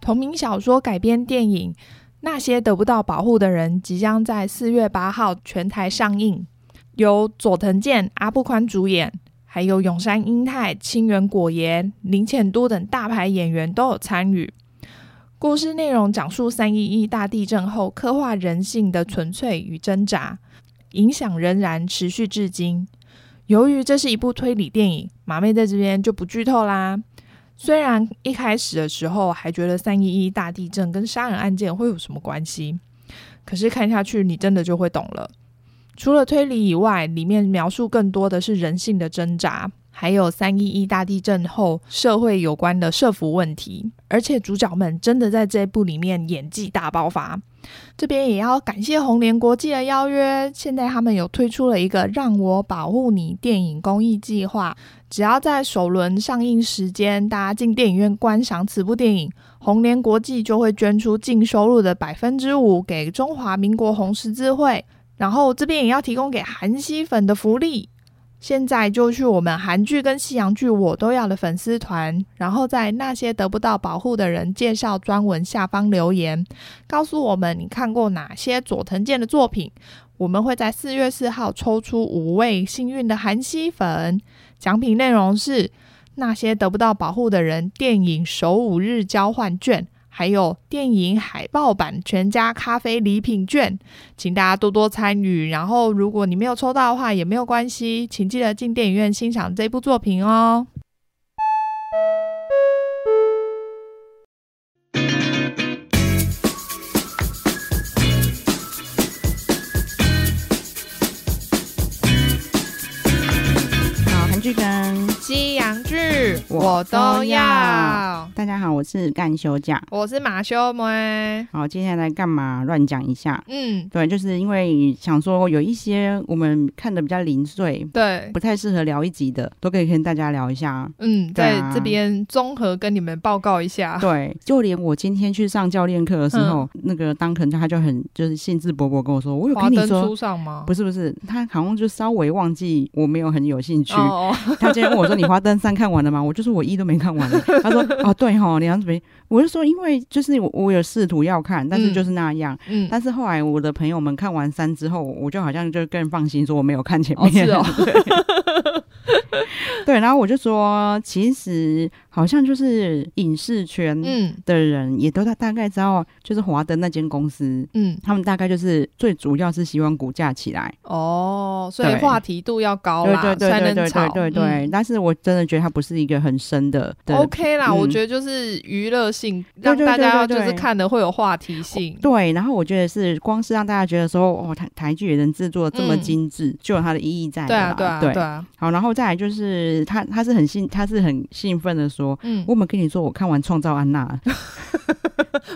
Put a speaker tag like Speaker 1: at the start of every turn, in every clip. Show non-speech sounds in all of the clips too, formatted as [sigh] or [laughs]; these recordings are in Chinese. Speaker 1: 同名小说改编电影《那些得不到保护的人》即将在四月八号全台上映，由佐藤健、阿部宽主演，还有永山英太、清源果耶、林浅都等大牌演员都有参与。故事内容讲述三一一大地震后刻画人性的纯粹与挣扎，影响仍然持续至今。由于这是一部推理电影，马妹在这边就不剧透啦。虽然一开始的时候还觉得三一一大地震跟杀人案件会有什么关系，可是看下去你真的就会懂了。除了推理以外，里面描述更多的是人性的挣扎，还有三一一大地震后社会有关的社服问题。而且主角们真的在这部里面演技大爆发。这边也要感谢红莲国际的邀约，现在他们有推出了一个“让我保护你”电影公益计划，只要在首轮上映时间，大家进电影院观赏此部电影，红莲国际就会捐出净收入的百分之五给中华民国红十字会。然后这边也要提供给韩系粉的福利，现在就去我们韩剧跟西洋剧我都要的粉丝团，然后在那些得不到保护的人介绍专文下方留言，告诉我们你看过哪些佐藤健的作品。我们会在四月四号抽出五位幸运的韩西粉，奖品内容是那些得不到保护的人电影首五日交换券，还有电影海报版全家咖啡礼品券，请大家多多参与。然后，如果你没有抽到的话也没有关系，请记得进电影院欣赏这部作品哦。
Speaker 2: 好，韩剧跟
Speaker 1: 西洋剧
Speaker 2: 我
Speaker 1: 我
Speaker 2: 都
Speaker 1: 都
Speaker 2: 要
Speaker 1: 要，
Speaker 2: 大家好，我是干休假。
Speaker 1: 我是马修梅。
Speaker 2: 好，接下来干嘛？乱讲一下。
Speaker 1: 嗯，
Speaker 2: 对，就是因为想说有一些我们看的比较零碎，
Speaker 1: 对，。
Speaker 2: 不太适合聊一集的，都可以跟大家聊一下
Speaker 1: 嗯，
Speaker 2: 对
Speaker 1: 在
Speaker 2: 啊
Speaker 1: 这边综合跟你们报告一下。
Speaker 2: 对，就连我今天去上教练课的时候，
Speaker 1: 嗯
Speaker 2: 那个当肯他就很就是兴致勃勃跟我说，我有
Speaker 1: 华
Speaker 2: 跟你
Speaker 1: 灯
Speaker 2: 说，
Speaker 1: 初上吗？
Speaker 2: 不是不是，他好像就稍微忘记我没有很有兴趣。
Speaker 1: 哦，
Speaker 2: [laughs] 他今天问我说：“你《花灯三》看完了吗？”我就说：“我一都没看完。”
Speaker 1: [laughs]
Speaker 2: 他说：“哦，对哈，你要怎么？”我就说：“因为就是我，我有试图要看，但是就是那样。
Speaker 1: 嗯， [laughs]
Speaker 2: 但是后来我的朋友们看完三之后，我就好像就更放心，说我没有看前
Speaker 1: 哦
Speaker 2: 面。
Speaker 1: 是哦
Speaker 2: [laughs] 对，然后我就说，其实好像就是影视圈
Speaker 1: 嗯
Speaker 2: 的人也都大大概知道，就是华灯那间公司。
Speaker 1: 嗯，
Speaker 2: 他们大概就是最主要是希望股价起来，
Speaker 1: 哦，所以
Speaker 2: 对
Speaker 1: 话题度要高
Speaker 2: 对
Speaker 1: 啦，
Speaker 2: 对对
Speaker 1: 才
Speaker 2: 对
Speaker 1: 能
Speaker 2: 对
Speaker 1: 吵。
Speaker 2: 对对对。但是我真的觉得它不是一个很深的
Speaker 1: 嗯
Speaker 2: 的
Speaker 1: OK 啦，
Speaker 2: 嗯
Speaker 1: 我觉得就是娱乐性，
Speaker 2: 对
Speaker 1: 让
Speaker 2: 对
Speaker 1: 大家
Speaker 2: 对对哦
Speaker 1: 就
Speaker 2: 对
Speaker 1: 是看的会有话题性。
Speaker 2: 对，然后我觉得是光是让大家觉得说，哦，台台剧也能制作得这么
Speaker 1: 嗯
Speaker 2: 精致，就有它的意义在
Speaker 1: 对啊，
Speaker 2: 了
Speaker 1: 对
Speaker 2: 啦
Speaker 1: 啊，
Speaker 2: 对
Speaker 1: 对啊，
Speaker 2: 好，然后再来就是他，他是很兴，他是很兴奋的说，
Speaker 1: 嗯，
Speaker 2: 我们跟你说，我看完《创造安娜》了， [laughs]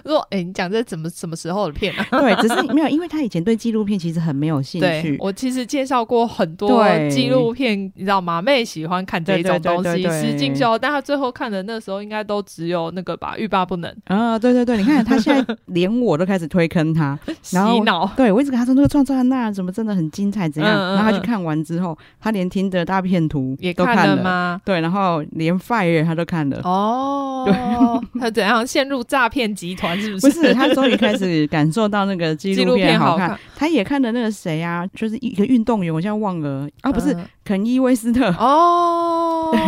Speaker 1: 如果哎，你讲这怎么什么时候的片啊？
Speaker 2: 对，只是没有，因为他以前对纪录片其实很没有兴
Speaker 1: 对
Speaker 2: 趣，
Speaker 1: 我其实介绍过很多
Speaker 2: 对
Speaker 1: 纪录片，你知道吗？妹喜欢看这一种东
Speaker 2: 对对
Speaker 1: 西，
Speaker 2: 对对对
Speaker 1: 实境秀，但她最后看的那时候应该都只有那个吧，欲罢不能，
Speaker 2: 啊，对对对，你看他现在连我都开始推坑他，
Speaker 1: 洗
Speaker 2: 然后
Speaker 1: 脑。
Speaker 2: 对我一直跟他说那个《创造安娜》怎么真的很精彩，怎样？
Speaker 1: 嗯嗯
Speaker 2: 然后
Speaker 1: 嗯
Speaker 2: 他去看完之后，他连听的大片图
Speaker 1: 也
Speaker 2: 都
Speaker 1: 看
Speaker 2: 看
Speaker 1: 了吗？
Speaker 2: 对，然后连 Fire 他都
Speaker 1: [laughs]
Speaker 2: 看了。
Speaker 1: 哦，他怎样陷入诈骗集团？
Speaker 2: [laughs]
Speaker 1: 是不
Speaker 2: 不
Speaker 1: 是？
Speaker 2: 是，他终于开始感受到那个纪
Speaker 1: [laughs] 纪
Speaker 2: 录
Speaker 1: 录
Speaker 2: 片
Speaker 1: 片
Speaker 2: 好
Speaker 1: 好
Speaker 2: 看。
Speaker 1: 看
Speaker 2: 他也看了那个谁啊，就是一个运动员，我现在忘了啊，不是、肯伊威斯特，
Speaker 1: 嗯哦，
Speaker 2: 对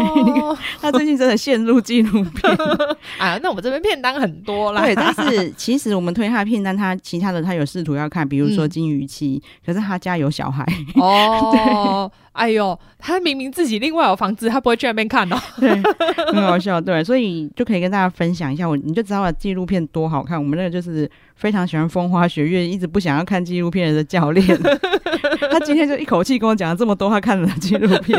Speaker 1: [laughs]
Speaker 2: 那 [laughs] 他最近真的陷入纪录片。
Speaker 1: 啊，那我们这边片单很多啦。
Speaker 2: 对，但 [laughs] 是其实我们推他的片单，他其他的他有试图要看，比如说
Speaker 1: 嗯
Speaker 2: 金鱼期，可是他家有小孩，
Speaker 1: [laughs] 哦，哎呦，他明明自己另外有房子，他不会去那边看哦。
Speaker 2: 对， [laughs] 很好笑。对，所以就可以跟大家分享一下，我你就知道纪录片多好看。我们那个就是非常喜欢风花雪月，一直不想要看纪录片的教 [laughs] 练，他今天就一口气跟我讲了这么多他看的纪录片。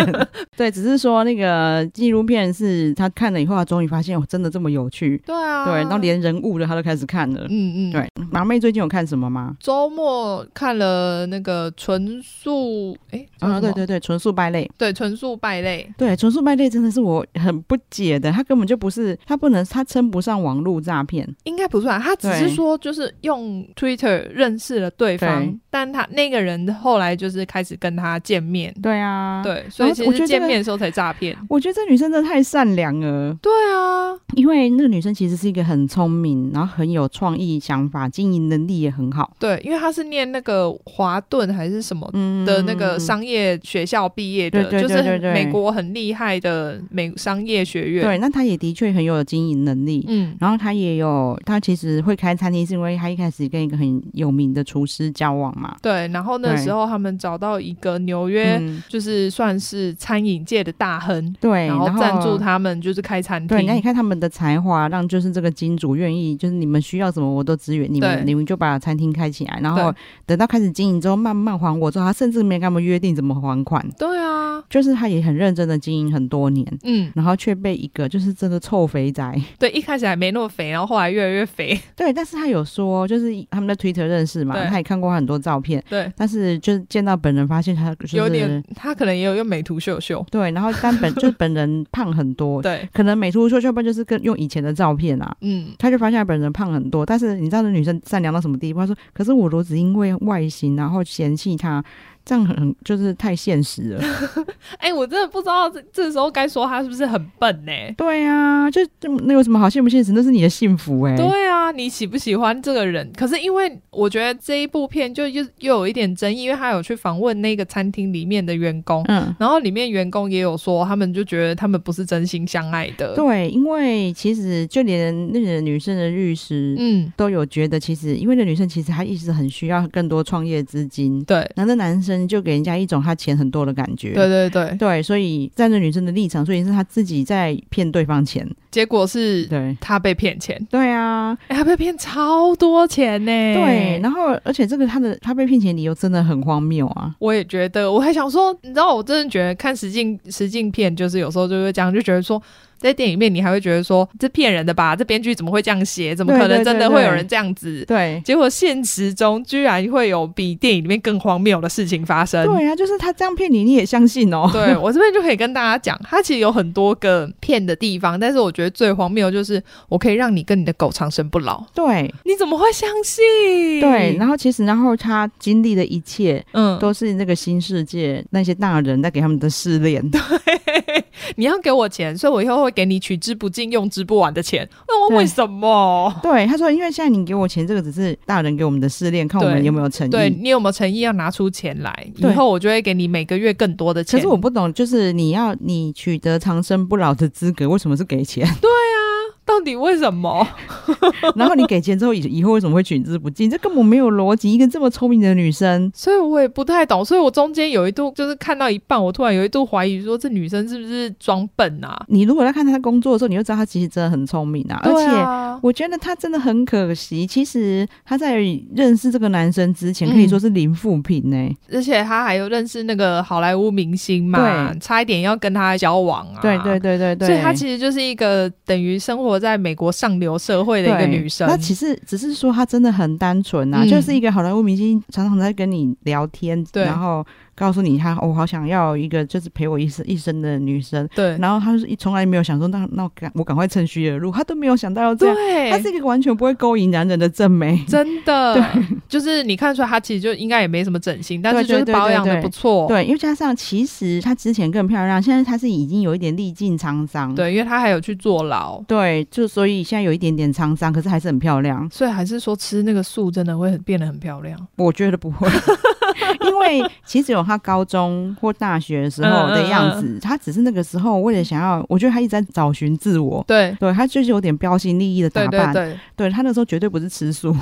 Speaker 2: 对，只是说那个纪录片是他看了以后，他终于发现哦，真的这么有趣。
Speaker 1: [laughs] 对啊，
Speaker 2: 对，然后连人物的他都开始看了。
Speaker 1: 嗯嗯，
Speaker 2: 对，马妹最近有看什么吗？
Speaker 1: 周末看了那个纯素，哎，叫
Speaker 2: 啊，
Speaker 1: 什么
Speaker 2: 对对对，纯素败类。
Speaker 1: 对，纯素败类。
Speaker 2: 对，纯素败类真的是我很不解的，他根本就不是，他不能，他称不上网络诈骗。
Speaker 1: 应该不算，他只是
Speaker 2: 对
Speaker 1: 说就是用 Twitter 认识了对方，
Speaker 2: 对
Speaker 1: 但他那个人后来就是开始跟他见面，
Speaker 2: 对啊，
Speaker 1: 对，所以其
Speaker 2: 我觉
Speaker 1: 实
Speaker 2: 得这
Speaker 1: 见
Speaker 2: 个
Speaker 1: 面的时候才诈骗。
Speaker 2: 我觉得这女生真的太善良了。
Speaker 1: 对啊，
Speaker 2: 因为那个女生其实是一个很聪明，然后很有创意想法，经营能力也很好。
Speaker 1: 对，因为他是念那个华顿还是什么
Speaker 2: 嗯
Speaker 1: 的那个商业学校毕业的，
Speaker 2: 对对对
Speaker 1: 就是
Speaker 2: 对
Speaker 1: 很
Speaker 2: 对
Speaker 1: 美国很厉害的美商业学院。
Speaker 2: 对，那她也的确很有经营能力。
Speaker 1: 嗯，
Speaker 2: 然后她也有，她其实会开餐厅，是因为她一开始跟一个很有名的厨师交往嘛。
Speaker 1: 对。然后那
Speaker 2: 对
Speaker 1: 时候他们找到一个纽约，
Speaker 2: 嗯，
Speaker 1: 就是算是餐饮界的大亨，
Speaker 2: 对，
Speaker 1: 然
Speaker 2: 然
Speaker 1: 后赞助。他们就是开餐
Speaker 2: 对，那你
Speaker 1: 厅。
Speaker 2: 看他们的才华，让就是这个金主愿意，就是你们需要什么我都支援你
Speaker 1: 对
Speaker 2: 们，你们就把餐厅开起来，然后
Speaker 1: 对
Speaker 2: 等到开始经营之后，慢慢还我之后，他甚至没跟他们约定怎么还款，
Speaker 1: 对啊，
Speaker 2: 就是他也很认真的经营很多年，
Speaker 1: 嗯，
Speaker 2: 然后却被一个就是真的臭肥宅，
Speaker 1: 对，一开始还没那么肥，然后后来越来越肥。
Speaker 2: 对，但是他有说，就是他们在 Twitter 认识嘛
Speaker 1: 对，
Speaker 2: 他也看过他很多照片，
Speaker 1: 对，
Speaker 2: 但是就是见到本人发现他就
Speaker 1: [laughs]
Speaker 2: 是
Speaker 1: 有点他可能也有用美图秀秀。
Speaker 2: 对，然后但
Speaker 1: [laughs]
Speaker 2: 本就是本人胖很多，
Speaker 1: 对，
Speaker 2: 可能美图秀秀不然就是跟用以前的照片啊，
Speaker 1: 嗯，
Speaker 2: 他就发现他本人胖很多，但是你知道那女生善良到什么地步？她说：“可是我如果只因为外形然后嫌弃他，这样很就是太现实了。
Speaker 1: 哎、我真的不知道这这时候该说他是不是很笨呢、”
Speaker 2: 对啊，就就那有什么好现不现实？那是你的幸福哎、
Speaker 1: 对啊，你喜不喜欢这个人？可是因为我觉得这一部片就又又有一点争议，因为他有去访问那个餐厅里面的员工，
Speaker 2: 嗯，
Speaker 1: 然后里面员工也有说，他们就觉得他们不是真心相爱的。
Speaker 2: 对，因为其实就连那个女生的律师。
Speaker 1: 嗯，
Speaker 2: 都有觉得，其实因为那女生其实她一直很需要更多创业资金，
Speaker 1: 对，
Speaker 2: 然后那男生就给人家一种他钱很多的感觉。
Speaker 1: 对对对，
Speaker 2: 对，所以站在女生的立场，所以是她自己在骗对方钱。
Speaker 1: 结果是
Speaker 2: 对，
Speaker 1: 他被骗钱，
Speaker 2: 对啊，
Speaker 1: 哎、他被骗超多钱呢、哎
Speaker 2: 对，，然后而且这个他的他被骗钱理由真的很荒谬啊。
Speaker 1: 我也觉得，我还想说， [laughs] 你知道，我真的觉得看实境实境片，就是有时候就会这样，就觉得说，在电影里面你还会觉得说，这骗人的吧？这编剧怎么会这样写？怎么可能
Speaker 2: 对对对
Speaker 1: 真的会有
Speaker 2: 对
Speaker 1: 人这样子？
Speaker 2: 对，
Speaker 1: 结果现实中居然会有比电影里面更荒谬的事情发生。
Speaker 2: 对啊，就是他这样骗你，你也相信哦。
Speaker 1: 对我这边就可以跟大家讲，它其实有很多个骗的地方，但是我觉得最荒谬的就是，我可以让你跟你的狗长生不老，
Speaker 2: 对
Speaker 1: 你怎么会相信？
Speaker 2: 对，然后其实，然后他经历的一切
Speaker 1: 嗯，
Speaker 2: 都是那个新世界那些大人在给他们的试炼。
Speaker 1: 你要给我钱，所以我以后会给你取之不尽、用之不完的钱。 [laughs] 那我为
Speaker 2: 对
Speaker 1: 什么？
Speaker 2: [laughs] 对，他说，因为现在你给我钱，这个只是大人给我们的试炼，看我
Speaker 1: 对
Speaker 2: 们有没有诚
Speaker 1: 对
Speaker 2: 意。
Speaker 1: 你有没有诚意要拿出钱来？以
Speaker 2: 对
Speaker 1: 后我就会给你每个月更多的钱。
Speaker 2: 可是我不懂，就是你要你取得长生不老的资格，为什么是给钱？ [laughs]
Speaker 1: 到底为什么？
Speaker 2: 然后你给钱之后，以以后为什么会取之不尽？这根本没有逻辑。一个这么聪明的女生，
Speaker 1: 所以我也不太懂，所以我中间有一度就是看到一半，我突然有一度怀疑说这女生是不是装笨啊？
Speaker 2: 你如果在看她工作的时候，你就知道她其实真的很聪明啊，而
Speaker 1: 对
Speaker 2: 且。
Speaker 1: 啊
Speaker 2: 我觉得她真的很可惜。其实她在认识这个男生之前，
Speaker 1: 嗯
Speaker 2: 可以说是零负评欸呢。
Speaker 1: 而且她还有认识那个好莱坞明星嘛，
Speaker 2: 对
Speaker 1: 差一点要跟他交往啊。
Speaker 2: 对对对对对，
Speaker 1: 所以她其实就是一个等于生活在美国上流社会的一个
Speaker 2: 对
Speaker 1: 女生。
Speaker 2: 那其实只是说她真的很单纯啊，
Speaker 1: 嗯
Speaker 2: 就是一个好莱坞明星，常常在跟你聊天，
Speaker 1: 对
Speaker 2: 然后告诉你她，哦我好想要一个就是陪我一生一生的女生。
Speaker 1: 对
Speaker 2: 然后她就是一从来没有想说，那那我赶我赶快趁虚而入，她都没有想到要这样。
Speaker 1: 对，
Speaker 2: 她是一个完全不会勾引男人的
Speaker 1: [laughs]
Speaker 2: 正妹。 [laughs]
Speaker 1: 真的，就是你看出来她其实就应该也没什么整形，但是就是保养的不错。
Speaker 2: 对，因为加上其实她之前更漂亮，现在她是已经有一点历尽沧桑。
Speaker 1: 对，因为她还有去坐牢，
Speaker 2: 对，就所以现在有一点点沧桑，可是还是很漂亮。
Speaker 1: 所以还是说吃那个素真的会很变得很漂亮。
Speaker 2: 我觉得不会， [laughs] 因为其实有她高中或大学的时
Speaker 1: 嗯
Speaker 2: 候的样子，她只是那个时候为了想要，我觉得她一直在找寻自我。
Speaker 1: 对
Speaker 2: 对她就是有点标新立异的打
Speaker 1: 对对
Speaker 2: 扮，
Speaker 1: 对，
Speaker 2: 对她那时候绝对不是吃
Speaker 1: [laughs]
Speaker 2: 素，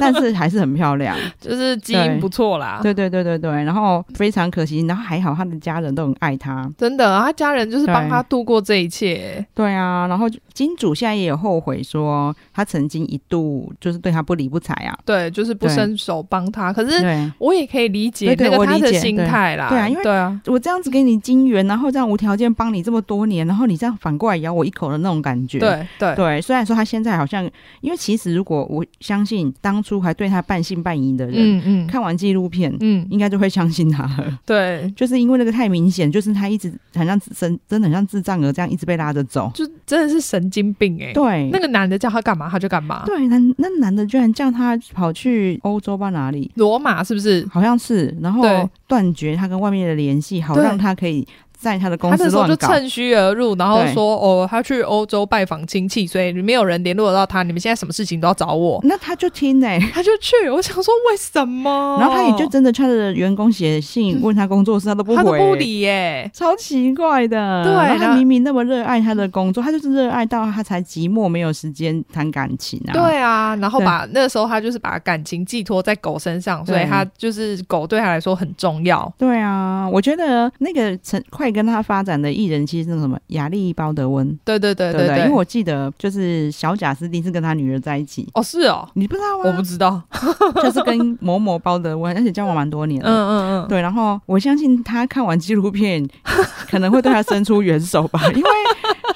Speaker 2: 但是还是很漂亮。
Speaker 1: 就是基因不错啦。
Speaker 2: 对对对对对，然后非常可惜，然后还好她的家人都很爱她。
Speaker 1: 真的，她家人就是
Speaker 2: 对
Speaker 1: 帮她度过这一切。
Speaker 2: 对啊，然后就金主现在也有后悔说，他曾经一度就是对他不理不睬啊。
Speaker 1: 对，就是不
Speaker 2: 对
Speaker 1: 伸手帮她。可是
Speaker 2: 对，
Speaker 1: 我也可以理解
Speaker 2: 对对
Speaker 1: 那个
Speaker 2: 我
Speaker 1: 她
Speaker 2: 理
Speaker 1: 的
Speaker 2: 解
Speaker 1: 心
Speaker 2: 对
Speaker 1: 态啦。
Speaker 2: 对啊因为
Speaker 1: 对啊，
Speaker 2: 我这样子给你金元，然后这样无条件帮你这么多年，然后你这样反过来咬我一口的那种感觉。
Speaker 1: 对对
Speaker 2: 对，虽然说他现在好像，因为其实如果我相信当初还对他半信半疑的人，
Speaker 1: 嗯嗯
Speaker 2: 看完纪录片，
Speaker 1: 嗯，
Speaker 2: 应该就会相信他了。 [laughs]
Speaker 1: 对，
Speaker 2: 就是因为那个太明显，就是他一直很像真真的很像智障儿这样一直被拉着走。
Speaker 1: 就真的是神经病哎。
Speaker 2: 对，
Speaker 1: 那个男的叫她干嘛，她就干嘛。
Speaker 2: 对男那男的居然叫他跑去欧洲吧哪里？
Speaker 1: 罗马是不是？
Speaker 2: 好像是，然后
Speaker 1: 对
Speaker 2: 断绝他跟外面的联系，好
Speaker 1: 对
Speaker 2: 让他可以在他的公
Speaker 1: 他
Speaker 2: 司
Speaker 1: 那时候
Speaker 2: 乱
Speaker 1: 就
Speaker 2: 搞。
Speaker 1: 趁虚而入，然后
Speaker 2: 对
Speaker 1: 说哦，他去欧洲拜访亲戚，所以没有人联络得到他。你们现在什么事情都要找
Speaker 2: [laughs]
Speaker 1: 我，
Speaker 2: 那他就听呢、欸
Speaker 1: 他就去。我想说为什么？
Speaker 2: 然后他也就真的穿着员工写信问他工作室，他都不
Speaker 1: 嗯他
Speaker 2: 回、
Speaker 1: 都不理耶、
Speaker 2: 超奇怪的。
Speaker 1: 对
Speaker 2: 然后
Speaker 1: 然
Speaker 2: 他
Speaker 1: 后
Speaker 2: 明明那么热爱他的工作，他就是热爱到他才寂寞，没有时间谈感情啊。
Speaker 1: 对啊，然后
Speaker 2: 对
Speaker 1: 把那时候他就是把感情寄托在狗身上，所以
Speaker 2: 对
Speaker 1: 他就是狗对他来说很重要。
Speaker 2: 对啊，我觉得那个成快跟他发展的艺人，其实是那个什么亚历鲍德温，
Speaker 1: 对对对
Speaker 2: 对不
Speaker 1: 对，
Speaker 2: 因为我记得就是小贾斯汀是跟他女儿在一起，
Speaker 1: 哦是哦，
Speaker 2: 你不知道
Speaker 1: 我不
Speaker 2: 吗？
Speaker 1: 知道。啊
Speaker 2: [laughs] 就是跟某某鲍德温，而且交往蛮多年
Speaker 1: 嗯
Speaker 2: 了。
Speaker 1: 嗯嗯，
Speaker 2: 对，然后我相信他看完纪录片， [laughs] 可能会对他伸出援手吧， [laughs] 因为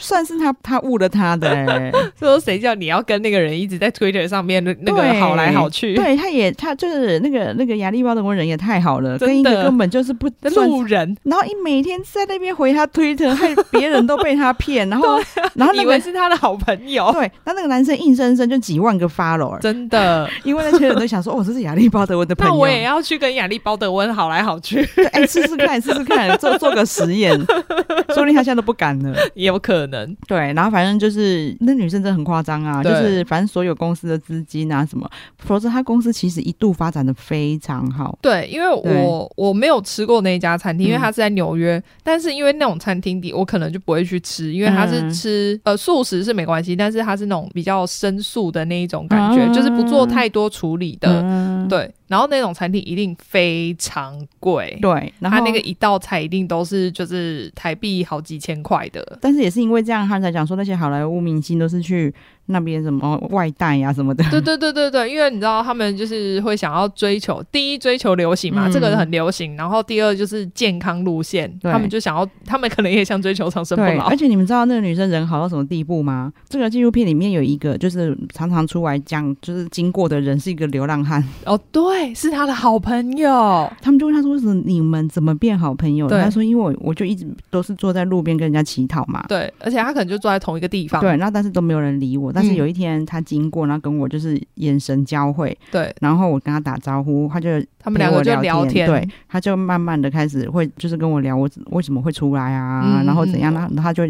Speaker 2: 算是他他误了他
Speaker 1: [laughs]
Speaker 2: 的、欸，
Speaker 1: [laughs] 说谁叫你要跟那个人一直在 Twitter 上面那那个
Speaker 2: 对
Speaker 1: 好来好去，
Speaker 2: 对，他也他就是那个那个亚历鲍德温人也太好了，
Speaker 1: 真的
Speaker 2: 跟一个根本就是不
Speaker 1: [laughs]
Speaker 2: 算
Speaker 1: 路人，
Speaker 2: 然后一每天在那边回他推特，害别人都被他骗，
Speaker 1: [laughs]
Speaker 2: 然后然后那
Speaker 1: 啊以为
Speaker 2: 个哦
Speaker 1: 是他的好朋友，
Speaker 2: 对，那那个男生硬生生就几万个 follower，
Speaker 1: 真的。
Speaker 2: 因为那些人都想说，哦，这是亚历鲍德温的朋
Speaker 1: [laughs] 那
Speaker 2: 友，
Speaker 1: 我也要去跟亚历鲍德温好来好去， [laughs]
Speaker 2: 对哎试试看，试试看，做做个实验，说不定他现在都不敢了。
Speaker 1: 也有可能。
Speaker 2: 对，然后反正就是那女生真的很夸张啊，就
Speaker 1: 对
Speaker 2: 是反正所有公司的资金啊什么，否则他公司其实一度发展的非常好。
Speaker 1: 对，嗯因为我我没有吃过那一家餐厅，因为它是在纽约。但是因为那种餐厅底，我可能就不会去吃，因为它是
Speaker 2: 嗯
Speaker 1: 吃、呃素食是没关系，但是它是那种比较深素的那一种感觉，
Speaker 2: 啊
Speaker 1: 就是不做太多处理的。
Speaker 2: 嗯
Speaker 1: 对，然后那种餐厅一定非常贵，
Speaker 2: 对，然后
Speaker 1: 它那个一道菜一定都是就是台币好几千块的。
Speaker 2: 但是也是因为这样，他才讲说那些好莱坞明星都是去那边什么外带啊呀、什么的。
Speaker 1: [laughs] 对对对对对，因为你知道他们就是会想要追求，第一追求流行嘛，
Speaker 2: 嗯
Speaker 1: 这个很流行，然后第二就是健康路线，
Speaker 2: 对
Speaker 1: 他们就想要，他们可能也想追求长生不
Speaker 2: 对，哎
Speaker 1: 老
Speaker 2: 而。且你们知道那个女生人好到什么地步吗？这个纪录片里面有一个，就是常常出来讲，就是经过的人是一个流浪汉，
Speaker 1: 哦，对，是他的好朋友，
Speaker 2: 他们就问他说：“为什么你们怎么变好朋友的？”
Speaker 1: 对
Speaker 2: 他说：“因为我我就一直都是坐在路边跟人家乞讨嘛。”
Speaker 1: 对，而且他可能就坐在同一个地方，
Speaker 2: 对，那但是都没有人理我。但是
Speaker 1: 嗯
Speaker 2: 有一天他经过，然后跟我就是眼神交汇，
Speaker 1: 对
Speaker 2: 然后我跟他打招呼，他就
Speaker 1: 他们两个就
Speaker 2: 陪我
Speaker 1: 聊
Speaker 2: 聊
Speaker 1: 天，
Speaker 2: 对，他就慢慢的开始会就是跟我聊我为什么会出来啊，
Speaker 1: 嗯
Speaker 2: 然后怎样，
Speaker 1: 嗯
Speaker 2: 然后他就，